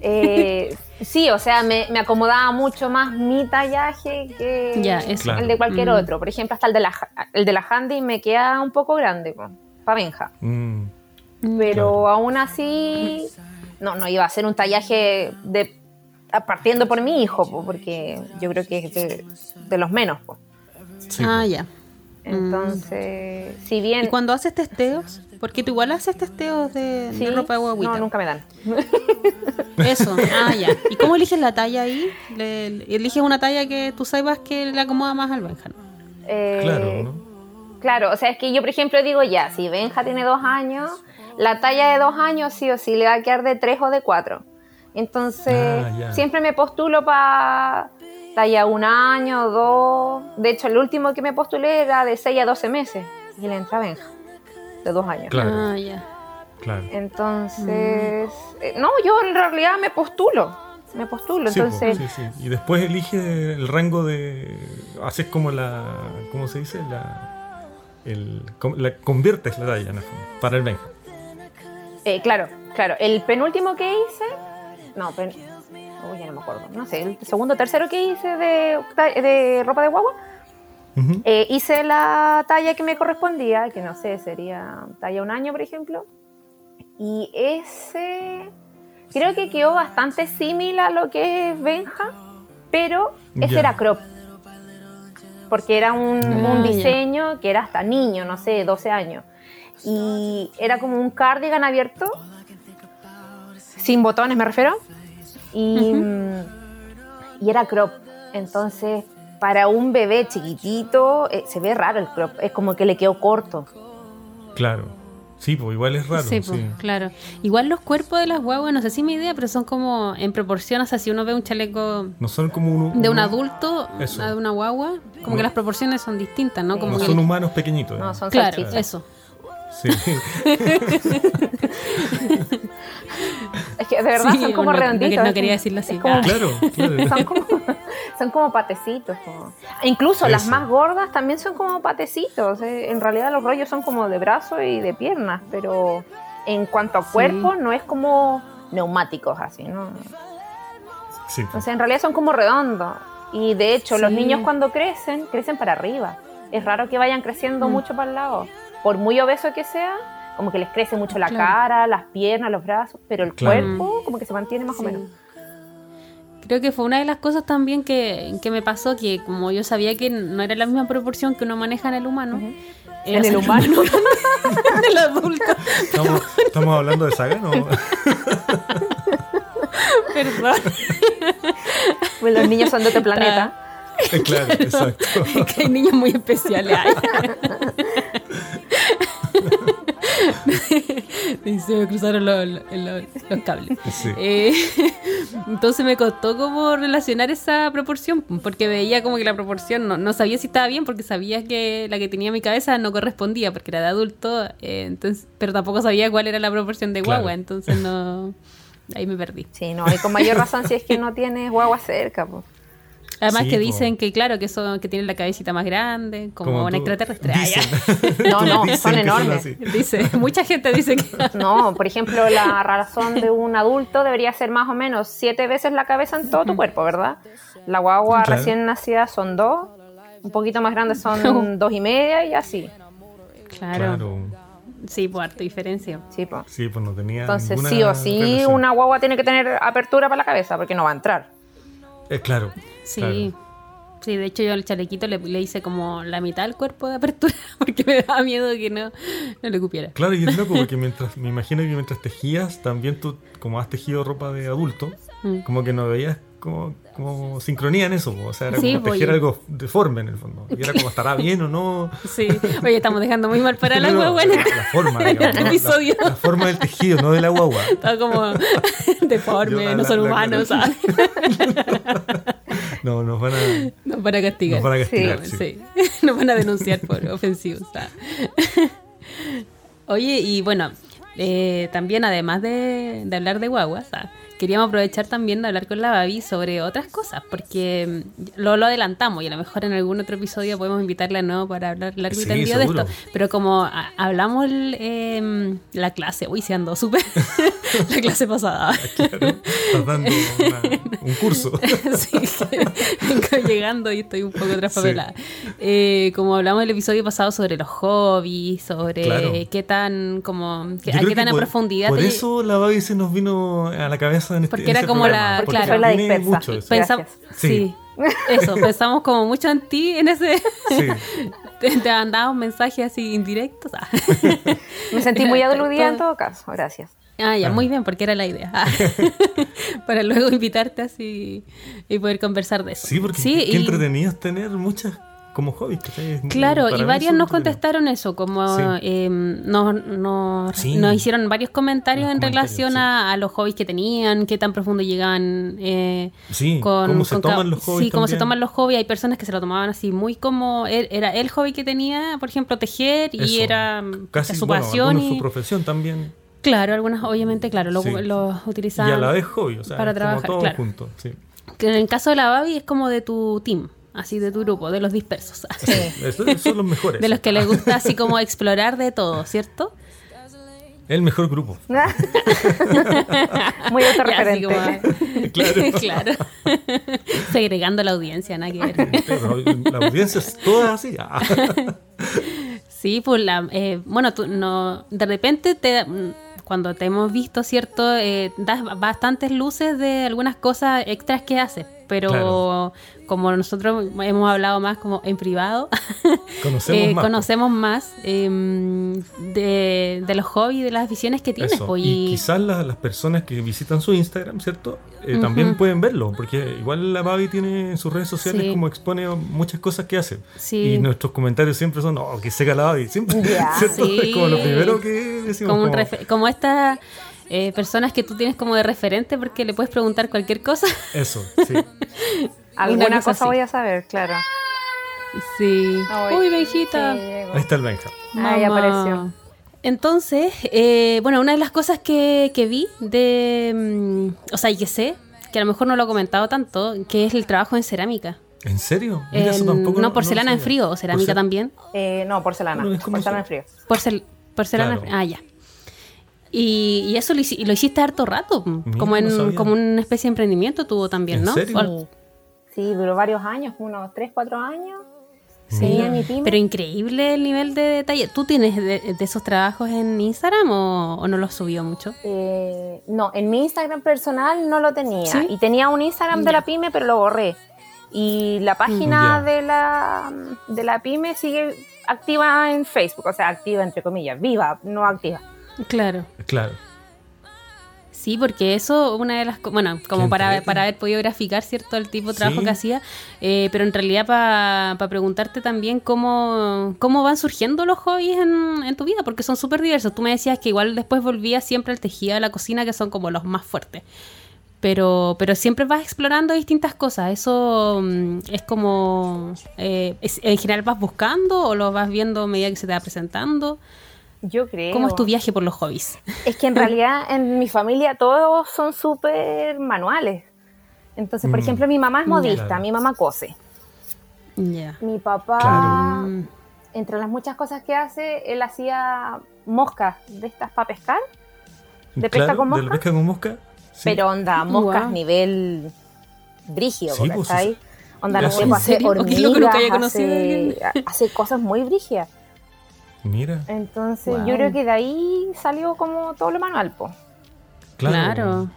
Speaker 4: Eh, sí, o sea, me, me acomodaba mucho más mi tallaje que
Speaker 2: Ya, eso.
Speaker 1: Claro.
Speaker 4: el de cualquier
Speaker 2: Mm.
Speaker 4: otro. Por ejemplo, hasta el de la, ja- el de la Handy me queda un poco grande, para Benja.
Speaker 1: Mm,
Speaker 4: Pero
Speaker 1: Claro.
Speaker 4: aún así, no, no iba a ser un tallaje de a- partiendo por mi hijo, po, porque yo creo que es de, de los menos. po.
Speaker 1: sí,
Speaker 2: ah,
Speaker 1: pues.
Speaker 2: ya.
Speaker 4: Entonces, si
Speaker 2: Y
Speaker 4: bien...
Speaker 2: cuando haces testeos, porque tú igual haces testeos de, de
Speaker 4: sí,
Speaker 2: ropa de guaguita.
Speaker 4: No, nunca me dan.
Speaker 2: Eso, ah, ya. ¿Y cómo eliges la talla ahí? Le- le- eliges una talla que tú sepas que le acomoda más al Benja. ¿no?
Speaker 4: Eh,
Speaker 1: Claro,
Speaker 2: Ah.
Speaker 1: ¿no?
Speaker 4: Claro, o sea, es que yo, por ejemplo, digo ya, si Benja tiene dos años, la talla de dos años sí o sí le va a quedar de tres o de cuatro. Entonces,
Speaker 1: Ah, ya.
Speaker 4: siempre me postulo para talla un año, dos. De hecho, el último que me postulé era de 6 a 12 meses y le entra Benja, de dos años.
Speaker 1: Claro.
Speaker 2: Ah, ya.
Speaker 1: Claro.
Speaker 4: Entonces, eh, no, yo en realidad me postulo, me postulo.
Speaker 1: Sí, pues,
Speaker 4: Entonces,
Speaker 1: sí, sí. Y después elige el rango de. Haces como la. ¿Cómo se dice? La. El, com- la conviertes la talla en el fondo, para el Benja.
Speaker 4: Eh, claro, claro. El penúltimo que hice. No, pen- uy, ya no me acuerdo. No sé, el segundo o tercero que hice de, de ropa de guagua.
Speaker 1: Ujú.
Speaker 4: eh, hice la talla que me correspondía, que no sé, sería talla un año, por ejemplo. Y ese. Creo que quedó bastante similar a lo que es Benja, pero ese
Speaker 1: Ya.
Speaker 4: era crop. Porque era un,
Speaker 1: Ah,
Speaker 4: un
Speaker 2: ya.
Speaker 4: diseño que era hasta niño, no sé, 12 años. Y era como un cardigan abierto, sin botones me refiero. Y, mm, y era crop. Entonces, para un bebé chiquitito, eh, se ve raro el crop. Es como que le quedó corto.
Speaker 1: Claro. Sí, pues igual es raro.
Speaker 2: sí,
Speaker 1: Sí,
Speaker 2: pues, claro. Igual los cuerpos de las guaguas, no sé si mi idea, pero son como en proporción, o sea, si uno ve un chaleco
Speaker 1: No son como un,
Speaker 2: de un
Speaker 1: uno-
Speaker 2: adulto
Speaker 1: Eso.
Speaker 2: a de una guagua, como
Speaker 1: No.
Speaker 2: que las proporciones son distintas, ¿no?
Speaker 4: Sí.
Speaker 2: Como
Speaker 1: No
Speaker 2: que-
Speaker 1: son humanos pequeñitos. eh.
Speaker 4: No, son
Speaker 2: claro,
Speaker 4: salchichas.
Speaker 2: eso.
Speaker 1: Sí.
Speaker 4: Es que de verdad
Speaker 2: Sí,
Speaker 4: son como
Speaker 2: no- no
Speaker 4: redonditos.
Speaker 2: que- no
Speaker 4: es
Speaker 2: quería
Speaker 4: como-
Speaker 2: decirlo así.
Speaker 4: es como-
Speaker 2: Ah.
Speaker 1: claro, claro.
Speaker 4: son, como, son como patecitos. como- e Incluso las
Speaker 1: Eso.
Speaker 4: más gordas también son como patecitos. eh. En realidad los rollos son como de brazo y de piernas, pero en cuanto a cuerpo no es como neumáticos así, ¿no?
Speaker 1: Sí,
Speaker 4: O
Speaker 1: pues.
Speaker 4: sea, en realidad son como redondos. Y de hecho, los
Speaker 2: Sí.
Speaker 4: niños cuando crecen, crecen para arriba. Es raro que vayan creciendo
Speaker 2: Mm.
Speaker 4: mucho para el lado. Por muy obeso que sea, como que les crece mucho la
Speaker 2: Claro.
Speaker 4: cara, las piernas, los brazos, pero el
Speaker 1: Claro.
Speaker 4: cuerpo como que se mantiene más o
Speaker 2: Sí.
Speaker 4: menos.
Speaker 2: Creo que fue una de las cosas también que, que me pasó, que como yo sabía que no era la misma proporción que uno maneja en el humano,
Speaker 4: En el humano.
Speaker 2: del adulto.
Speaker 1: ¿Estamos, estamos hablando de saga? ¿no?
Speaker 2: Perdón.
Speaker 4: Pues los niños son de otro planeta.
Speaker 1: claro, exacto.
Speaker 2: Es que hay niños muy especiales. Y se me cruzaron los, los- los cables.
Speaker 1: Sí.
Speaker 2: Eh, entonces me costó como relacionar esa proporción, porque veía como que la proporción no, no sabía si estaba bien, porque sabía que la que tenía en mi cabeza no correspondía, porque era de adulto, eh, entonces, pero tampoco sabía cuál era la proporción de
Speaker 1: Claro.
Speaker 2: guagua, entonces no... Ahí me perdí.
Speaker 4: Sí, no, y con mayor razón si es que no tienes guagua cerca. po.
Speaker 2: Además
Speaker 1: Sí,
Speaker 2: que
Speaker 1: po.
Speaker 2: dicen que, claro, que son que tienen la cabecita más grande, como, un
Speaker 1: tú-
Speaker 2: extraterrestre. Ah, ya.
Speaker 1: dicen-
Speaker 4: No, no,
Speaker 1: dicen
Speaker 4: son
Speaker 1: que
Speaker 4: enormes.
Speaker 1: así.
Speaker 2: Dice, mucha gente dice que...
Speaker 4: No, por ejemplo, la razón de un adulto debería ser más o menos siete veces la cabeza en todo tu cuerpo, ¿verdad? La guagua
Speaker 1: Claro.
Speaker 4: recién nacida son dos, un poquito más grandes son dos y media y así.
Speaker 2: Claro.
Speaker 1: Claro.
Speaker 2: Sí, por harta diferencia.
Speaker 4: Sí, po.
Speaker 1: Sí, pues no tenía.
Speaker 4: Entonces,
Speaker 1: ninguna
Speaker 4: sí o sí,
Speaker 1: relación.
Speaker 4: una guagua tiene que tener apertura para la cabeza porque no va a entrar.
Speaker 1: Eh, claro.
Speaker 2: Sí.
Speaker 1: claro.
Speaker 2: Sí, de hecho yo al chalequito le, le hice como la mitad del cuerpo de apertura porque me daba miedo que no, no le cupiera.
Speaker 1: Claro, y es loco porque mientras, me imagino que mientras tejías, también tú, como has tejido ropa de adulto,
Speaker 2: Mm.
Speaker 1: como que no veías como, como sincronía en eso, po. o sea, era
Speaker 2: Sí,
Speaker 1: como
Speaker 2: po,
Speaker 1: tejer
Speaker 2: y-
Speaker 1: algo deforme en el fondo. Y era como, ¿estará bien o no?
Speaker 2: Sí. Oye, estamos dejando muy mal para la
Speaker 1: No,
Speaker 2: guagua en
Speaker 1: la,
Speaker 2: este
Speaker 1: la forma,
Speaker 2: en
Speaker 1: digamos,
Speaker 2: este
Speaker 1: ¿no?
Speaker 2: episodio.
Speaker 1: La, la forma del tejido, no de la guagua.
Speaker 2: Está como
Speaker 1: Yo
Speaker 2: deforme,
Speaker 1: la-
Speaker 2: no son
Speaker 1: la- la-
Speaker 2: humanos,
Speaker 1: la-
Speaker 2: ¿sabes?
Speaker 1: No, nos van a,
Speaker 2: No para castigar.
Speaker 1: nos van a castigar.
Speaker 2: Sí,
Speaker 1: sí.
Speaker 2: nos van a denunciar por ofensivos. ah. Oye, y bueno, eh, también además de, de hablar de guaguas, ah, queríamos aprovechar también de hablar con la Babi sobre otras cosas, porque mm, lo, lo adelantamos y a lo mejor en algún otro episodio podemos invitarla no para hablar largo y
Speaker 1: Sí,
Speaker 2: tendido de
Speaker 1: seguro.
Speaker 2: esto. Pero como ah, hablamos el, eh, la clase, uy, se andó súper la clase pasada.
Speaker 1: Claro, estás dando una- un curso.
Speaker 2: Así que vengo llegando y estoy un poco traspapelada. Eh, como hablamos el episodio pasado sobre los hobbies, sobre
Speaker 1: Claro.
Speaker 2: qué tan como que-
Speaker 1: Yo creo
Speaker 2: a qué
Speaker 1: que
Speaker 2: tan a
Speaker 1: por-
Speaker 2: profundidad
Speaker 1: Por
Speaker 2: te-
Speaker 1: eso la Babi se nos vino a la cabeza en este
Speaker 2: Porque
Speaker 1: en
Speaker 2: era
Speaker 1: este
Speaker 2: como
Speaker 1: programa,
Speaker 2: la-
Speaker 1: porque
Speaker 2: claro.
Speaker 4: fue la
Speaker 1: tiene
Speaker 4: dispersa.
Speaker 1: mucho eso.
Speaker 2: pensam-
Speaker 4: Gracias.
Speaker 2: sí. Eso, pensamos como mucho en ti en ese
Speaker 1: Sí.
Speaker 2: te, te mandaban mensajes así indirectos. Ah,
Speaker 4: Me sentí muy adoludida en
Speaker 2: Todo-
Speaker 4: todo caso, gracias.
Speaker 2: Ah, ya, muy bien, porque era la idea. Ah, Para luego invitarte así y poder conversar de eso.
Speaker 1: Sí, porque qué
Speaker 2: y-
Speaker 1: entretenido es tener muchas como hobbies. ¿cachai? Es-
Speaker 2: Claro,
Speaker 1: para
Speaker 2: y
Speaker 1: mí
Speaker 2: varias
Speaker 1: son
Speaker 2: nos
Speaker 1: entretenidos.
Speaker 2: contestaron eso, como
Speaker 1: Sí.
Speaker 2: eh, nos, nos-
Speaker 1: Sí.
Speaker 2: nos hicieron varios comentarios
Speaker 1: Los
Speaker 2: en
Speaker 1: comentarios,
Speaker 2: relación a, a los hobbies que tenían, qué tan profundo llegaban eh,
Speaker 1: Sí,
Speaker 2: con...
Speaker 1: cómo se
Speaker 2: con
Speaker 1: toman
Speaker 2: ca-
Speaker 1: los hobbies.
Speaker 2: Sí, cómo se
Speaker 1: también.
Speaker 2: toman los hobbies. Hay personas que se lo tomaban así muy como... er- Era el hobby que tenía, por ejemplo, tejer, y
Speaker 1: Eso,
Speaker 2: era
Speaker 1: c- casi
Speaker 2: su
Speaker 1: bueno,
Speaker 2: pasión.
Speaker 1: algunos
Speaker 2: y-
Speaker 1: su profesión también.
Speaker 2: claro, algunas obviamente, claro, lo-
Speaker 1: Sí.
Speaker 2: los
Speaker 1: Y
Speaker 2: utilizaban.
Speaker 1: a la vez hobby, o sea,
Speaker 2: para
Speaker 1: es
Speaker 2: trabajar,
Speaker 1: como todo
Speaker 2: claro.
Speaker 1: junto. Sí.
Speaker 2: Que en el caso de la Babi es como de tu team, así de tu grupo, de los dispersos.
Speaker 1: Eso- esos son los mejores.
Speaker 2: De los que les gusta así como explorar de todo, ¿cierto?
Speaker 1: El mejor grupo.
Speaker 4: muy
Speaker 2: Ya, así
Speaker 4: autorreferente.
Speaker 2: como- eh, claro. Segregando la audiencia, nada que ver.
Speaker 1: Pero la audiencia es toda así. Ah,
Speaker 2: Sí, pues la, eh, bueno, tú no, de repente te, mm, cuando te hemos visto, ¿cierto? Eh, das ba- bastantes luces de algunas cosas extras que haces. Pero
Speaker 1: Claro.
Speaker 2: como nosotros hemos hablado más como en privado,
Speaker 1: Conocemos
Speaker 2: eh,
Speaker 1: más.
Speaker 2: conocemos más eh, de, de los hobbies, de las aficiones que tienes.
Speaker 1: Eso,
Speaker 2: pues,
Speaker 1: Y
Speaker 2: y-
Speaker 1: quizás la- las personas que visitan su Instagram, ¿cierto? Eh, También pueden verlo, porque igual la Babi tiene en sus redes sociales
Speaker 2: Sí.
Speaker 1: como expone muchas cosas que hace.
Speaker 2: Sí.
Speaker 1: Y nuestros comentarios siempre son, oh, que seca la Babi, siempre.
Speaker 4: Ya.
Speaker 1: ¿cierto?
Speaker 2: Sí.
Speaker 1: Es como lo primero que decimos.
Speaker 2: como, un
Speaker 1: como,
Speaker 2: refe- como estas eh, personas que tú tienes como de referente porque le puedes preguntar cualquier cosa.
Speaker 1: Eso, sí.
Speaker 4: Alguna
Speaker 2: Una cosa
Speaker 4: cosa
Speaker 2: así.
Speaker 4: voy a saber, claro.
Speaker 2: Sí.
Speaker 4: Ay,
Speaker 2: Uy, Benjita.
Speaker 4: sí, llegó.
Speaker 1: Ahí está el Benja.
Speaker 4: Ahí
Speaker 2: Mamá.
Speaker 4: apareció.
Speaker 2: Entonces, eh, bueno, una de las cosas que, que vi de, mm, o sea, y que sé, que a lo mejor no lo he comentado tanto, que es el trabajo en cerámica.
Speaker 1: ¿En serio? Mira, eso
Speaker 2: En-
Speaker 1: tampoco
Speaker 2: no
Speaker 1: lo
Speaker 2: porcelana en
Speaker 1: sabía.
Speaker 2: frío, o cerámica
Speaker 1: Porce-
Speaker 2: también.
Speaker 4: Eh, no, porcelana.
Speaker 1: Bueno, es como
Speaker 4: porcelana en
Speaker 1: se-
Speaker 4: frío.
Speaker 2: Porcel- porcelana.
Speaker 1: Claro.
Speaker 2: Ah, ya. Y, y eso lo, hici- y lo hiciste harto rato,
Speaker 1: Mira,
Speaker 2: como, en,
Speaker 1: no sabía.
Speaker 2: como una especie de emprendimiento tuvo también,
Speaker 1: ¿En
Speaker 2: ¿no?
Speaker 1: serio?
Speaker 2: O-
Speaker 4: Sí, duró varios años, unos 3, 4 años.
Speaker 1: Sí.
Speaker 4: Tenía mi pyme.
Speaker 2: Pero increíble el nivel de detalle. ¿Tú tienes de, de esos trabajos en Instagram o, o no los subió mucho?
Speaker 4: Eh, no, en mi Instagram personal no lo tenía.
Speaker 2: ¿Sí?
Speaker 4: Y tenía un Instagram de la pyme, pero lo borré. Y la página
Speaker 1: Mm, ya.
Speaker 4: de la, de la pyme sigue activa en Facebook, o sea, activa entre comillas, viva, no activa.
Speaker 2: Claro.
Speaker 1: Claro.
Speaker 2: Sí, porque eso, una de las. co- Bueno, como
Speaker 1: Qué
Speaker 2: para,
Speaker 1: entrete.
Speaker 2: para haber podido graficar, ¿cierto? El tipo de trabajo
Speaker 1: Sí.
Speaker 2: que hacía. eh, pero en realidad, para preguntarte también cómo, cómo van surgiendo los hobbies en, en tu vida, porque son súper diversos. Tú me decías que igual después volvías siempre al tejido, a la cocina, que son como los más fuertes. Pero, pero siempre vas explorando distintas cosas. Eso mm, es como. eh, es- en general, vas buscando o lo vas viendo a medida que se te va presentando.
Speaker 4: Yo creo.
Speaker 2: ¿Cómo es tu viaje por los hobbies?
Speaker 4: Es que en realidad en mi familia todos son súper manuales. Entonces, por
Speaker 1: Mm.
Speaker 4: ejemplo, mi mamá es
Speaker 2: Ya.
Speaker 4: modista,
Speaker 1: Claro.
Speaker 4: mi mamá cose.
Speaker 2: Ya.
Speaker 4: Mi papá,
Speaker 1: Claro.
Speaker 2: Mm.
Speaker 4: entre las muchas cosas que hace, él hacía moscas de estas para pescar, ¿De pesca
Speaker 1: Claro,
Speaker 4: con
Speaker 1: de la
Speaker 4: mosca?
Speaker 1: pesca con mosca? Sí.
Speaker 4: pero onda, moscas
Speaker 2: Guau.
Speaker 4: nivel brígido,
Speaker 1: Sí, pues,
Speaker 4: ¿cachai? onda, no
Speaker 1: Eso.
Speaker 4: sé,
Speaker 1: ¿En
Speaker 4: pues, hace
Speaker 2: serio? Qué loco, nunca había
Speaker 4: hormigas,
Speaker 2: conocido a
Speaker 4: hace,
Speaker 2: alguien.
Speaker 4: hace cosas muy brígidas.
Speaker 1: Mira,
Speaker 4: Entonces,
Speaker 2: Guau.
Speaker 4: yo creo que de ahí salió como todo lo manual, po.
Speaker 1: claro.
Speaker 2: Claro.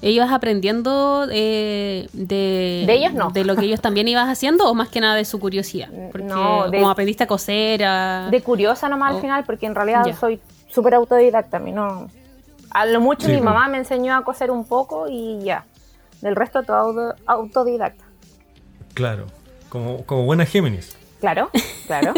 Speaker 2: ¿Ellos aprendiendo eh, de,
Speaker 4: De ellos no. Mm,
Speaker 2: de lo que ellos también ibas haciendo o más que nada de su curiosidad? Porque
Speaker 4: No, de-
Speaker 2: como aprendiste a coser, a...
Speaker 4: de curiosa nomás
Speaker 2: Oh.
Speaker 4: al final, porque en realidad
Speaker 2: Ya.
Speaker 4: soy súper autodidacta. A mí no. A lo mucho
Speaker 1: Sí,
Speaker 4: mi
Speaker 1: pues.
Speaker 4: mamá me enseñó a coser un poco y ya. Del resto todo auto- autodidacta.
Speaker 1: Claro. Como, como buena Géminis.
Speaker 4: Claro, claro.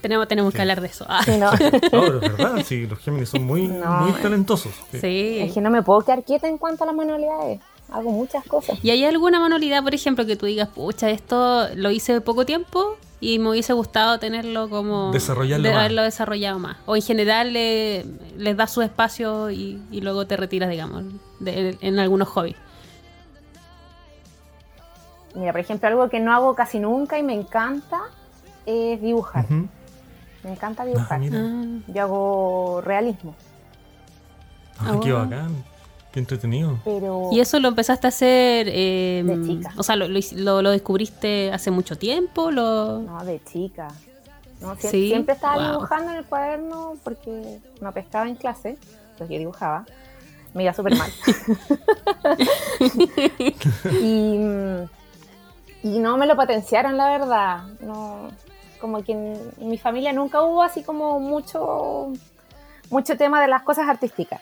Speaker 2: tenemos, tenemos que hablar de eso. Ah,
Speaker 4: Si no,
Speaker 1: Ahora, es verdad, sí, los Géminis son muy,
Speaker 4: No,
Speaker 1: muy
Speaker 4: bueno.
Speaker 1: talentosos.
Speaker 2: eh, sí.
Speaker 4: es que no me puedo quedar quieta en cuanto a las manualidades. Hago muchas cosas.
Speaker 2: ¿Y hay alguna manualidad, por ejemplo, que tú digas, pucha, esto lo hice de poco tiempo y me hubiese gustado tenerlo como...
Speaker 1: Desarrollarlo
Speaker 2: de
Speaker 1: más.
Speaker 2: haberlo desarrollado más. O en general eh, les das su espacio y, y luego te retiras, digamos, de- en algunos hobbies.
Speaker 4: Mira, por ejemplo, algo que no hago casi nunca y me encanta es dibujar.
Speaker 1: Ujú.
Speaker 4: Me encanta
Speaker 1: Ah,
Speaker 4: dibujar.
Speaker 1: mira.
Speaker 2: Ah.
Speaker 4: Yo hago realismo.
Speaker 1: Ah, qué
Speaker 2: Ah.
Speaker 1: bacán. Qué entretenido.
Speaker 4: Pero
Speaker 2: ¿Y eso lo empezaste a hacer? eh,
Speaker 4: De chica.
Speaker 2: O sea, lo, lo hici- lo- lo descubriste hace mucho tiempo. Lo...
Speaker 4: No, de chica. No, sie-
Speaker 2: Sí,
Speaker 4: Siempre estaba
Speaker 2: wow.
Speaker 4: dibujando en el cuaderno porque no pescaba en clase, entonces yo dibujaba. Me iba súper mal. y, mm, y no me lo potenciaron, la verdad. No, como que en, en mi familia nunca hubo así como mucho, mucho tema de las cosas artísticas.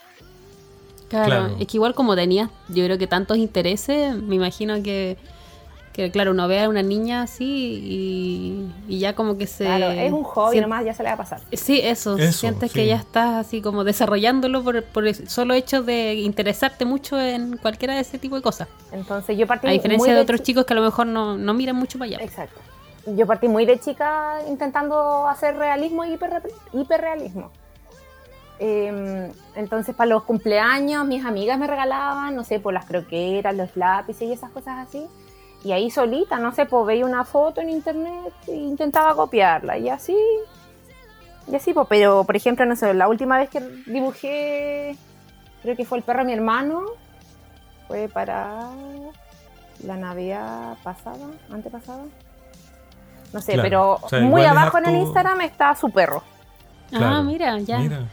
Speaker 2: Claro,
Speaker 1: Claro.
Speaker 2: es que igual como tenías, yo creo que tantos intereses, me imagino que, que, claro, uno ve a una niña así y, y ya como que se...
Speaker 4: Claro, es un hobby
Speaker 2: sien-
Speaker 4: nomás, ya se le va a pasar.
Speaker 2: Sí, eso,
Speaker 1: Eso,
Speaker 2: sientes
Speaker 1: sí.
Speaker 2: que ya estás así como desarrollándolo por, por el solo hecho de interesarte mucho en cualquiera de ese tipo de cosas.
Speaker 4: Entonces yo partí
Speaker 2: A
Speaker 4: muy
Speaker 2: diferencia de otros
Speaker 4: chi- Eh,
Speaker 2: chicos que a lo mejor no, no miran mucho para allá.
Speaker 4: Exacto. Yo partí muy de chica intentando hacer realismo y hiperre- hiperrealismo. Eh, entonces, para los cumpleaños, mis amigas me regalaban, no sé, por las croqueras, los lápices y esas cosas así. Y ahí solita, no sé, pues veía una foto en internet e intentaba copiarla. Y así, y así, pues, pero por ejemplo, no sé, la última vez que dibujé, creo que fue el perro de mi hermano, fue para la Navidad pasada, antepasada. No sé,
Speaker 1: Claro,
Speaker 4: pero
Speaker 1: o sea,
Speaker 4: muy
Speaker 1: igual es
Speaker 4: abajo en el
Speaker 1: harto-
Speaker 4: Instagram está su perro.
Speaker 2: Ah,
Speaker 1: Claro.
Speaker 2: mira, ya.
Speaker 1: Mira.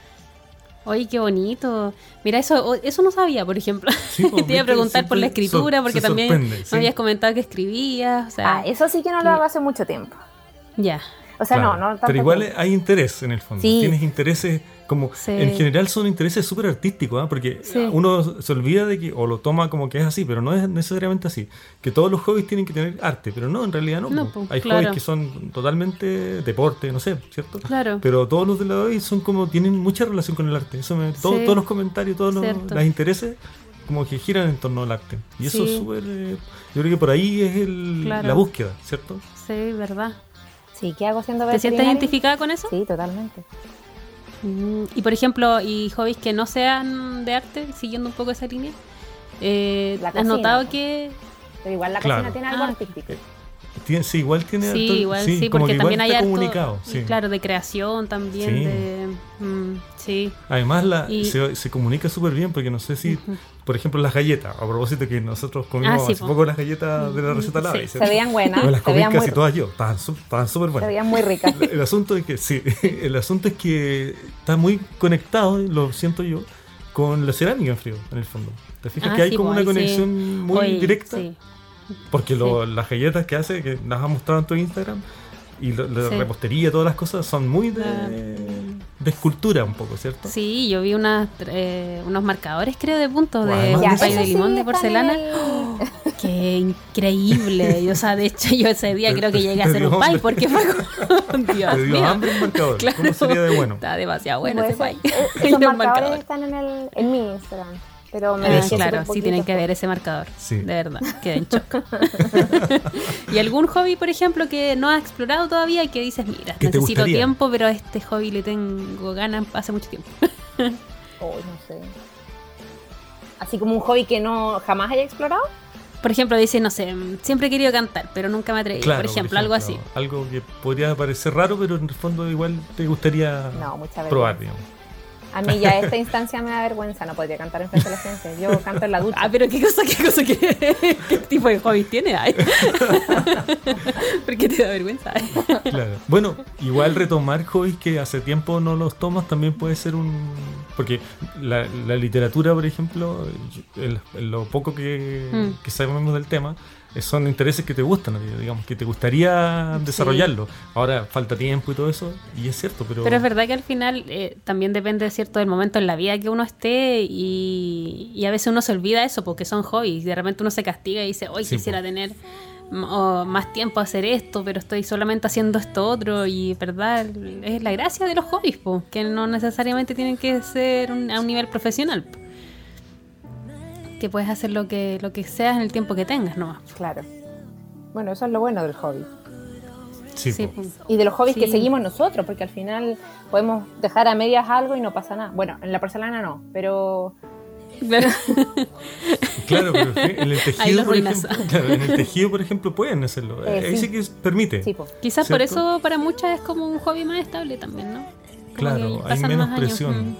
Speaker 2: Oye, qué bonito. Mira, eso, o- eso no sabía, por ejemplo.
Speaker 1: Sí, pues,
Speaker 2: Te iba a
Speaker 1: viste,
Speaker 2: preguntar por la
Speaker 1: siempre
Speaker 2: escritura,
Speaker 1: sor-
Speaker 2: porque
Speaker 1: se
Speaker 2: también
Speaker 1: sorprende,
Speaker 2: me
Speaker 1: sí.
Speaker 2: habías comentado que escribías. O sea,
Speaker 4: Ah, eso sí que no lo
Speaker 2: y-
Speaker 4: hago hace mucho tiempo.
Speaker 2: ya.
Speaker 4: O sea,
Speaker 1: Claro,
Speaker 4: no, no tanto
Speaker 1: Pero igual
Speaker 4: tiempo.
Speaker 1: hay interés en el fondo.
Speaker 4: Sí.
Speaker 1: Tienes intereses como...
Speaker 2: Sí.
Speaker 1: En general son intereses súper artísticos, ¿ah? porque
Speaker 2: Sí.
Speaker 1: uno se olvida de que, o lo toma como que es así, pero no es necesariamente así. Que todos los hobbies tienen que tener arte, pero no, en realidad no.
Speaker 2: No,
Speaker 1: po.
Speaker 2: po,
Speaker 1: hay
Speaker 2: claro.
Speaker 1: hobbies que son totalmente deporte, no sé, ¿cierto?
Speaker 2: Claro.
Speaker 1: Pero todos los de la hoy son como, tienen mucha relación con el arte. Eso me- todo-
Speaker 2: Sí.
Speaker 1: Todos los comentarios, todos los
Speaker 2: Cierto.
Speaker 1: las intereses como que giran en torno al arte. Y eso
Speaker 2: Sí.
Speaker 1: es súper... eh, yo creo que por ahí es el-
Speaker 2: Claro.
Speaker 1: la búsqueda, ¿cierto?
Speaker 2: Sí, verdad.
Speaker 4: Sí, ¿qué hago siendo
Speaker 2: ¿Te sientes
Speaker 4: veterinaria?
Speaker 2: identificada con eso?
Speaker 4: Sí, totalmente.
Speaker 2: Mm, Y por ejemplo, y hobbies que no sean de arte, siguiendo un poco esa línea, eh,
Speaker 4: La
Speaker 2: ¿has
Speaker 4: cocina,
Speaker 2: notado
Speaker 4: po.
Speaker 2: que
Speaker 4: Pero igual la
Speaker 1: Claro.
Speaker 4: cocina tiene algo
Speaker 2: Ah.
Speaker 4: artístico.
Speaker 1: Tiene- sí, igual tiene
Speaker 2: Sí,
Speaker 1: harto-
Speaker 2: igual sí,
Speaker 1: sí, como
Speaker 2: porque
Speaker 1: que igual
Speaker 2: también hay
Speaker 1: está
Speaker 2: harto,
Speaker 1: comunicado. sí.
Speaker 2: claro, de creación también,
Speaker 1: Sí.
Speaker 2: de mm, sí,
Speaker 1: Además la,
Speaker 2: Y-
Speaker 1: se, se comunica súper bien porque no sé si, por ejemplo, las galletas, a propósito que nosotros comimos
Speaker 2: Ah, sí,
Speaker 1: hace
Speaker 2: po.
Speaker 1: poco las galletas de la receta
Speaker 2: Sí,
Speaker 1: Lave,
Speaker 2: se
Speaker 4: Se
Speaker 1: ¿cierto?
Speaker 4: veían buenas,
Speaker 1: Me las
Speaker 4: se
Speaker 1: comí
Speaker 4: veían muy,
Speaker 1: casi todas yo, estaban su- estaban súper
Speaker 4: se
Speaker 1: buenas.
Speaker 4: veían muy ricas.
Speaker 1: El asunto es que sí, el asunto es que está muy conectado, lo siento yo, con la cerámica en frío, en el fondo. ¿Te fijas
Speaker 2: Ah,
Speaker 1: que hay
Speaker 2: sí,
Speaker 1: como
Speaker 2: pues,
Speaker 1: una
Speaker 2: ahí sí.
Speaker 1: conexión muy
Speaker 2: Oye,
Speaker 1: directa?
Speaker 2: sí.
Speaker 1: Porque lo- las galletas que hace, que las has mostrado en tu Instagram, Y lo- la
Speaker 2: Sí. Ah.
Speaker 1: repostería, todas las cosas son muy de, de escultura un poco, ¿cierto?
Speaker 2: Sí, yo vi unas, eh, unos marcadores, creo, de puntos
Speaker 1: Guau,
Speaker 2: de
Speaker 1: además
Speaker 2: un
Speaker 1: de
Speaker 4: Ya,
Speaker 1: eso
Speaker 2: país de
Speaker 4: eso sí ¡Oh!
Speaker 2: limón, de
Speaker 4: están
Speaker 2: porcelana.
Speaker 4: en el-
Speaker 2: Qué increíble. Y, O sea, de hecho, yo ese día
Speaker 1: Te-
Speaker 2: creo que
Speaker 1: te-
Speaker 2: llegué a
Speaker 1: te
Speaker 2: hacer
Speaker 1: dio
Speaker 2: un pie
Speaker 1: hambre.
Speaker 2: porque fue como- Dios
Speaker 1: Te dio
Speaker 2: mío.
Speaker 1: hambre un marcador.
Speaker 2: ah, Claro.
Speaker 1: ¿Cómo sería de bueno?
Speaker 2: Está demasiado bueno
Speaker 4: Puede
Speaker 2: ese
Speaker 4: ser.
Speaker 2: pie.
Speaker 4: Eh,
Speaker 2: Y
Speaker 4: Esos
Speaker 2: los
Speaker 4: marcadores
Speaker 2: marcadores.
Speaker 4: están en, el, en mi Instagram. Pero me
Speaker 2: Ah,
Speaker 4: dejé
Speaker 2: claro,
Speaker 4: súper
Speaker 2: sí tienen
Speaker 4: poquito.
Speaker 2: que ver ese marcador.
Speaker 1: Sí.
Speaker 2: De verdad, quedé en shock. ¿Y algún hobby, por ejemplo, que no has explorado todavía y que dices, mira,
Speaker 1: ¿Qué te
Speaker 2: necesito
Speaker 1: gustaría?
Speaker 2: tiempo, pero a este hobby le tengo ganas hace mucho tiempo?
Speaker 4: Oh, no sé. Así como un hobby que no jamás haya explorado.
Speaker 2: Por ejemplo, dices, no sé, mm, siempre he querido cantar, pero nunca me atreví, por, ejemplo, algo así.
Speaker 1: Algo que podría parecer raro, pero en el fondo igual te gustaría
Speaker 4: No, muchas veces.
Speaker 1: probar, digamos.
Speaker 4: A mí ya esta instancia me da vergüenza, no podría cantar en frente a la gente. Yo canto en la ducha.
Speaker 2: Ah, pero qué cosa, qué cosa, qué, qué tipo de hobby tiene. Ay. ¿Por qué te da vergüenza? Ay.
Speaker 1: Claro. Bueno, igual retomar hobbies que hace tiempo no los tomas también puede ser un... Porque la, la literatura, por ejemplo, el- el- lo poco que,
Speaker 2: Mm.
Speaker 1: que sabemos del tema, eh, son intereses que te gustan, digamos, que te gustaría desarrollarlo. Ahora falta tiempo y todo eso, y es cierto, pero...
Speaker 2: Pero es verdad que al final eh, también depende, ¿cierto?, del momento en la vida que uno esté y, y a veces uno se olvida eso porque son hobbies. De repente uno se castiga y dice, hoy
Speaker 1: Sí,
Speaker 2: quisiera
Speaker 1: po.
Speaker 2: tener mm, o más tiempo a hacer esto, pero estoy solamente haciendo esto otro. Y, ¿verdad? Es la gracia de los hobbies, po, que no necesariamente tienen que ser un- a un nivel profesional. po. Que puedes hacer lo que, lo que seas en el tiempo que tengas nomás.
Speaker 4: Claro. Bueno, eso es lo bueno del hobby.
Speaker 1: Sí,
Speaker 2: Sí, pues.
Speaker 1: po.
Speaker 2: po.
Speaker 4: Y de los hobbies que
Speaker 2: Sí.
Speaker 4: seguimos nosotros, porque al final podemos dejar a medias algo y no pasa nada. Bueno, en la porcelana no, pero
Speaker 1: Claro, pero en fin, en el
Speaker 2: Ahí
Speaker 1: tejido,
Speaker 2: los
Speaker 1: por
Speaker 2: ruinas.
Speaker 1: ejemplo, claro, en el tejido, por ejemplo, pueden hacerlo.
Speaker 4: Eh,
Speaker 1: Ahí
Speaker 4: sí.
Speaker 1: sí que permite.
Speaker 4: sí, pues.
Speaker 2: Quizás por
Speaker 1: ¿Cierto?
Speaker 2: eso para muchas es como un hobby más estable también, ¿no? Como que
Speaker 1: Claro, hay
Speaker 2: pasan
Speaker 1: menos
Speaker 2: más años,
Speaker 1: presión.
Speaker 2: mm.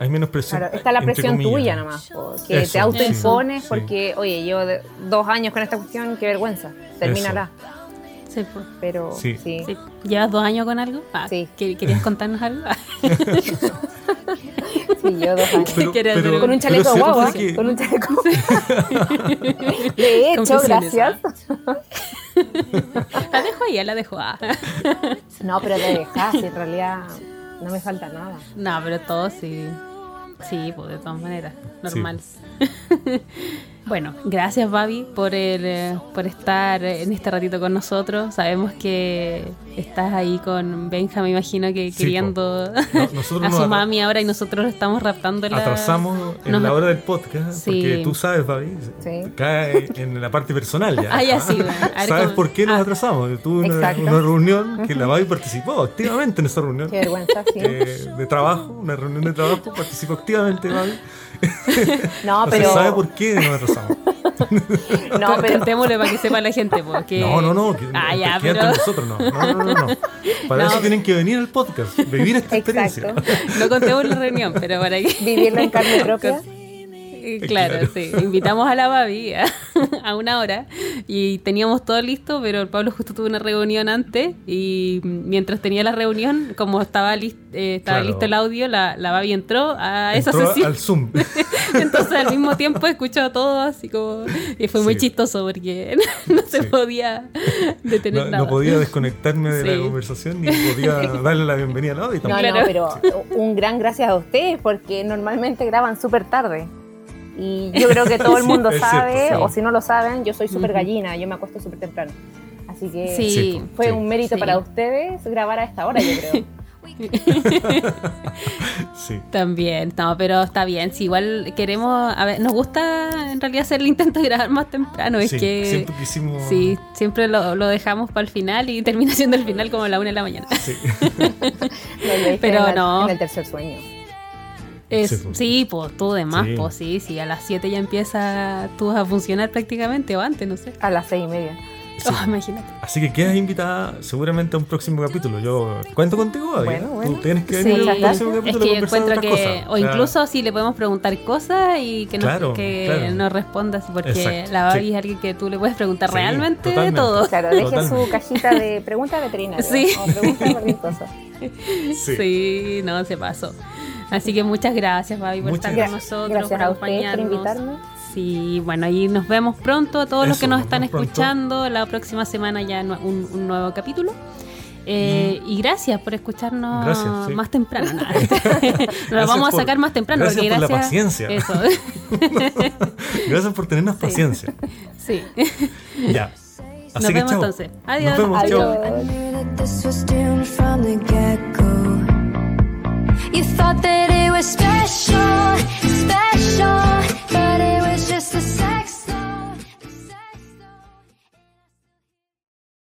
Speaker 1: Hay menos presión.
Speaker 4: Claro, está la
Speaker 1: entre
Speaker 4: presión
Speaker 1: comillas.
Speaker 4: tuya nomás, po, que
Speaker 1: Eso,
Speaker 4: te autoimpones
Speaker 1: sí,
Speaker 4: porque, oye, llevo de- dos años con esta cuestión, qué vergüenza, termínala.
Speaker 2: Sí, po.
Speaker 4: Pero
Speaker 1: Sí.
Speaker 4: sí.
Speaker 2: Sí. ¿Llevas dos años con algo? Ah,
Speaker 4: Sí.
Speaker 2: ¿que- ¿Querías contarnos algo? Ah,
Speaker 4: Sí, yo dos años.
Speaker 1: Pero-
Speaker 2: Quiere
Speaker 1: pero-
Speaker 2: hacer-
Speaker 4: con
Speaker 1: pero
Speaker 4: un chaleco
Speaker 1: cierto
Speaker 4: guagua,
Speaker 1: es que-
Speaker 4: con un chaleco. De hecho,
Speaker 2: Confesiones,
Speaker 4: gracias.
Speaker 2: la dejo ahí, la dejo. Ah.
Speaker 4: No, pero te dejas, en realidad no me falta nada.
Speaker 2: No, pero todo sí. Sí, pues de todas maneras, normal. bueno, gracias Babi por, el, eh, por estar en este ratito con nosotros. Sabemos que estás ahí con Benja, me imagino que
Speaker 1: Sí,
Speaker 2: queriendo
Speaker 1: No, nosotros
Speaker 2: a
Speaker 1: nos
Speaker 2: su
Speaker 1: atra-
Speaker 2: mami ahora y nosotros estamos raptando la...
Speaker 1: Atrasamos en
Speaker 2: Nos-
Speaker 1: la hora del podcast,
Speaker 2: Sí.
Speaker 1: porque tú sabes, Fabi,
Speaker 4: Sí.
Speaker 1: cae en la parte personal ya.
Speaker 2: Ah, ya sí, bueno. A ver
Speaker 1: ¿Sabes
Speaker 2: cómo-
Speaker 1: por qué nos
Speaker 2: Ah.
Speaker 1: atrasamos? Tuve una,
Speaker 4: Exacto.
Speaker 1: una reunión que la Babi participó activamente en esa reunión.
Speaker 4: Qué vergüenza, sí.
Speaker 1: eh, de trabajo, una reunión de trabajo, participó activamente, Babi.
Speaker 2: Ah,
Speaker 4: No,
Speaker 1: No se
Speaker 4: pero.
Speaker 1: sabe por qué nos atrasamos.
Speaker 4: No, pero.
Speaker 2: Contémosle para que sepa la gente, porque...
Speaker 1: No, no, no. que-
Speaker 2: Ah,
Speaker 1: que quédate
Speaker 2: ya, pero...
Speaker 1: con nosotros, no. No, no, no, no. Para
Speaker 2: No.
Speaker 1: eso tienen que venir al podcast, vivir esta experiencia.
Speaker 4: Exacto.
Speaker 2: No contemos la reunión, pero para que...
Speaker 4: Vivirlo en carne propia.
Speaker 2: Eh, Claro,
Speaker 1: Claro.
Speaker 2: sí. Invitamos a la Babi a, a una hora y teníamos todo listo, pero el Pablo justo tuvo una reunión antes y mientras tenía la reunión, como estaba, lis- eh, estaba
Speaker 1: Claro.
Speaker 2: listo el audio, la, la Babi entró a esa
Speaker 1: Entró
Speaker 2: sesión.
Speaker 1: al Zoom.
Speaker 2: Entonces al mismo tiempo escuchó todo así como... Y fue muy
Speaker 1: Sí.
Speaker 2: chistoso porque no se
Speaker 1: Sí.
Speaker 2: podía detener
Speaker 1: No, no
Speaker 2: nada.
Speaker 1: podía desconectarme de
Speaker 2: Sí.
Speaker 1: la conversación ni podía darle la bienvenida a la Babi
Speaker 4: No,
Speaker 1: tampoco.
Speaker 4: no, pero un gran gracias a ustedes porque normalmente graban súper tarde. Y yo creo que todo el
Speaker 1: Sí,
Speaker 4: mundo
Speaker 1: es
Speaker 4: sabe,
Speaker 1: cierto, sí.
Speaker 4: o si no lo saben, yo soy súper
Speaker 2: Ujú.
Speaker 4: gallina, yo me acuesto súper temprano. Así que
Speaker 2: Sí.
Speaker 1: pues,
Speaker 4: fue un mérito
Speaker 2: Sí.
Speaker 4: para ustedes grabar a esta hora, yo creo.
Speaker 1: sí.
Speaker 2: También, no, pero está bien. Si igual queremos, a ver, nos gusta en realidad hacer el intento de grabar más temprano. Es
Speaker 1: Sí,
Speaker 2: que
Speaker 1: siempre quisimos.
Speaker 2: Sí, siempre lo, lo dejamos para el final y termina siendo el final como a la una de la mañana.
Speaker 1: Sí.
Speaker 4: Lo dije
Speaker 2: Pero
Speaker 4: en la-
Speaker 2: no.
Speaker 4: En el tercer sueño.
Speaker 2: Es-
Speaker 1: Sí,
Speaker 2: sí,
Speaker 1: pues.
Speaker 2: pues tú de más,
Speaker 1: Sí.
Speaker 2: pues sí, sí, a las 7 ya empieza tú a funcionar prácticamente o antes, no sé.
Speaker 4: A las seis y media.
Speaker 1: Sí.
Speaker 2: Oh, imagínate.
Speaker 1: Así que quedas invitada seguramente a un próximo capítulo. Yo cuento contigo, Babi.
Speaker 4: Bueno, bueno.
Speaker 1: Tú tienes que
Speaker 2: Sí,
Speaker 1: venir al
Speaker 2: es
Speaker 1: próximo capítulo
Speaker 2: que
Speaker 1: a conversar
Speaker 2: encuentro que,
Speaker 1: otras cosas.
Speaker 2: o
Speaker 1: sea,
Speaker 2: incluso si le podemos preguntar cosas y que nos,
Speaker 1: Claro,
Speaker 2: que
Speaker 1: claro.
Speaker 2: nos respondas, porque
Speaker 1: Exacto,
Speaker 2: la Babi
Speaker 1: sí.
Speaker 2: es alguien que tú le puedes preguntar
Speaker 1: Sí,
Speaker 2: realmente de
Speaker 1: totalmente.
Speaker 2: todo.
Speaker 4: Claro, deje
Speaker 1: Totalmente.
Speaker 4: su cajita de preguntas veterinarias
Speaker 2: Sí.
Speaker 4: o preguntas cualquier cosa.
Speaker 1: Sí.
Speaker 2: Sí. no, se pasó. Así que muchas gracias, Babi, por
Speaker 1: Muchas
Speaker 2: estar
Speaker 1: gracias.
Speaker 2: con nosotros,
Speaker 4: Gracias
Speaker 2: por
Speaker 4: a ustedes por
Speaker 2: acompañarnos.
Speaker 4: invitarme.
Speaker 2: Sí, bueno, y nos vemos pronto a todos los
Speaker 1: Eso,
Speaker 2: que nos
Speaker 1: nos
Speaker 2: están
Speaker 1: vemos pronto.
Speaker 2: escuchando. La próxima semana ya nu- un, un nuevo capítulo. Eh, y gracias por escucharnos
Speaker 1: Mm. Gracias, sí.
Speaker 2: más temprano. Nada. Nos lo vamos a
Speaker 1: por-
Speaker 2: sacar más temprano.
Speaker 1: gracias
Speaker 2: porque
Speaker 1: por la
Speaker 2: gracias
Speaker 1: paciencia.
Speaker 2: Eso.
Speaker 1: Gracias por tenernos paciencia.
Speaker 2: Sí.
Speaker 1: Ya. Así
Speaker 2: Nos
Speaker 1: que
Speaker 2: vemos
Speaker 1: chao.
Speaker 2: entonces.
Speaker 1: Nos
Speaker 2: Adiós.
Speaker 1: vemos, chao.
Speaker 4: Adiós.
Speaker 3: I knew that this was doomed from the get go. You thought that it was special,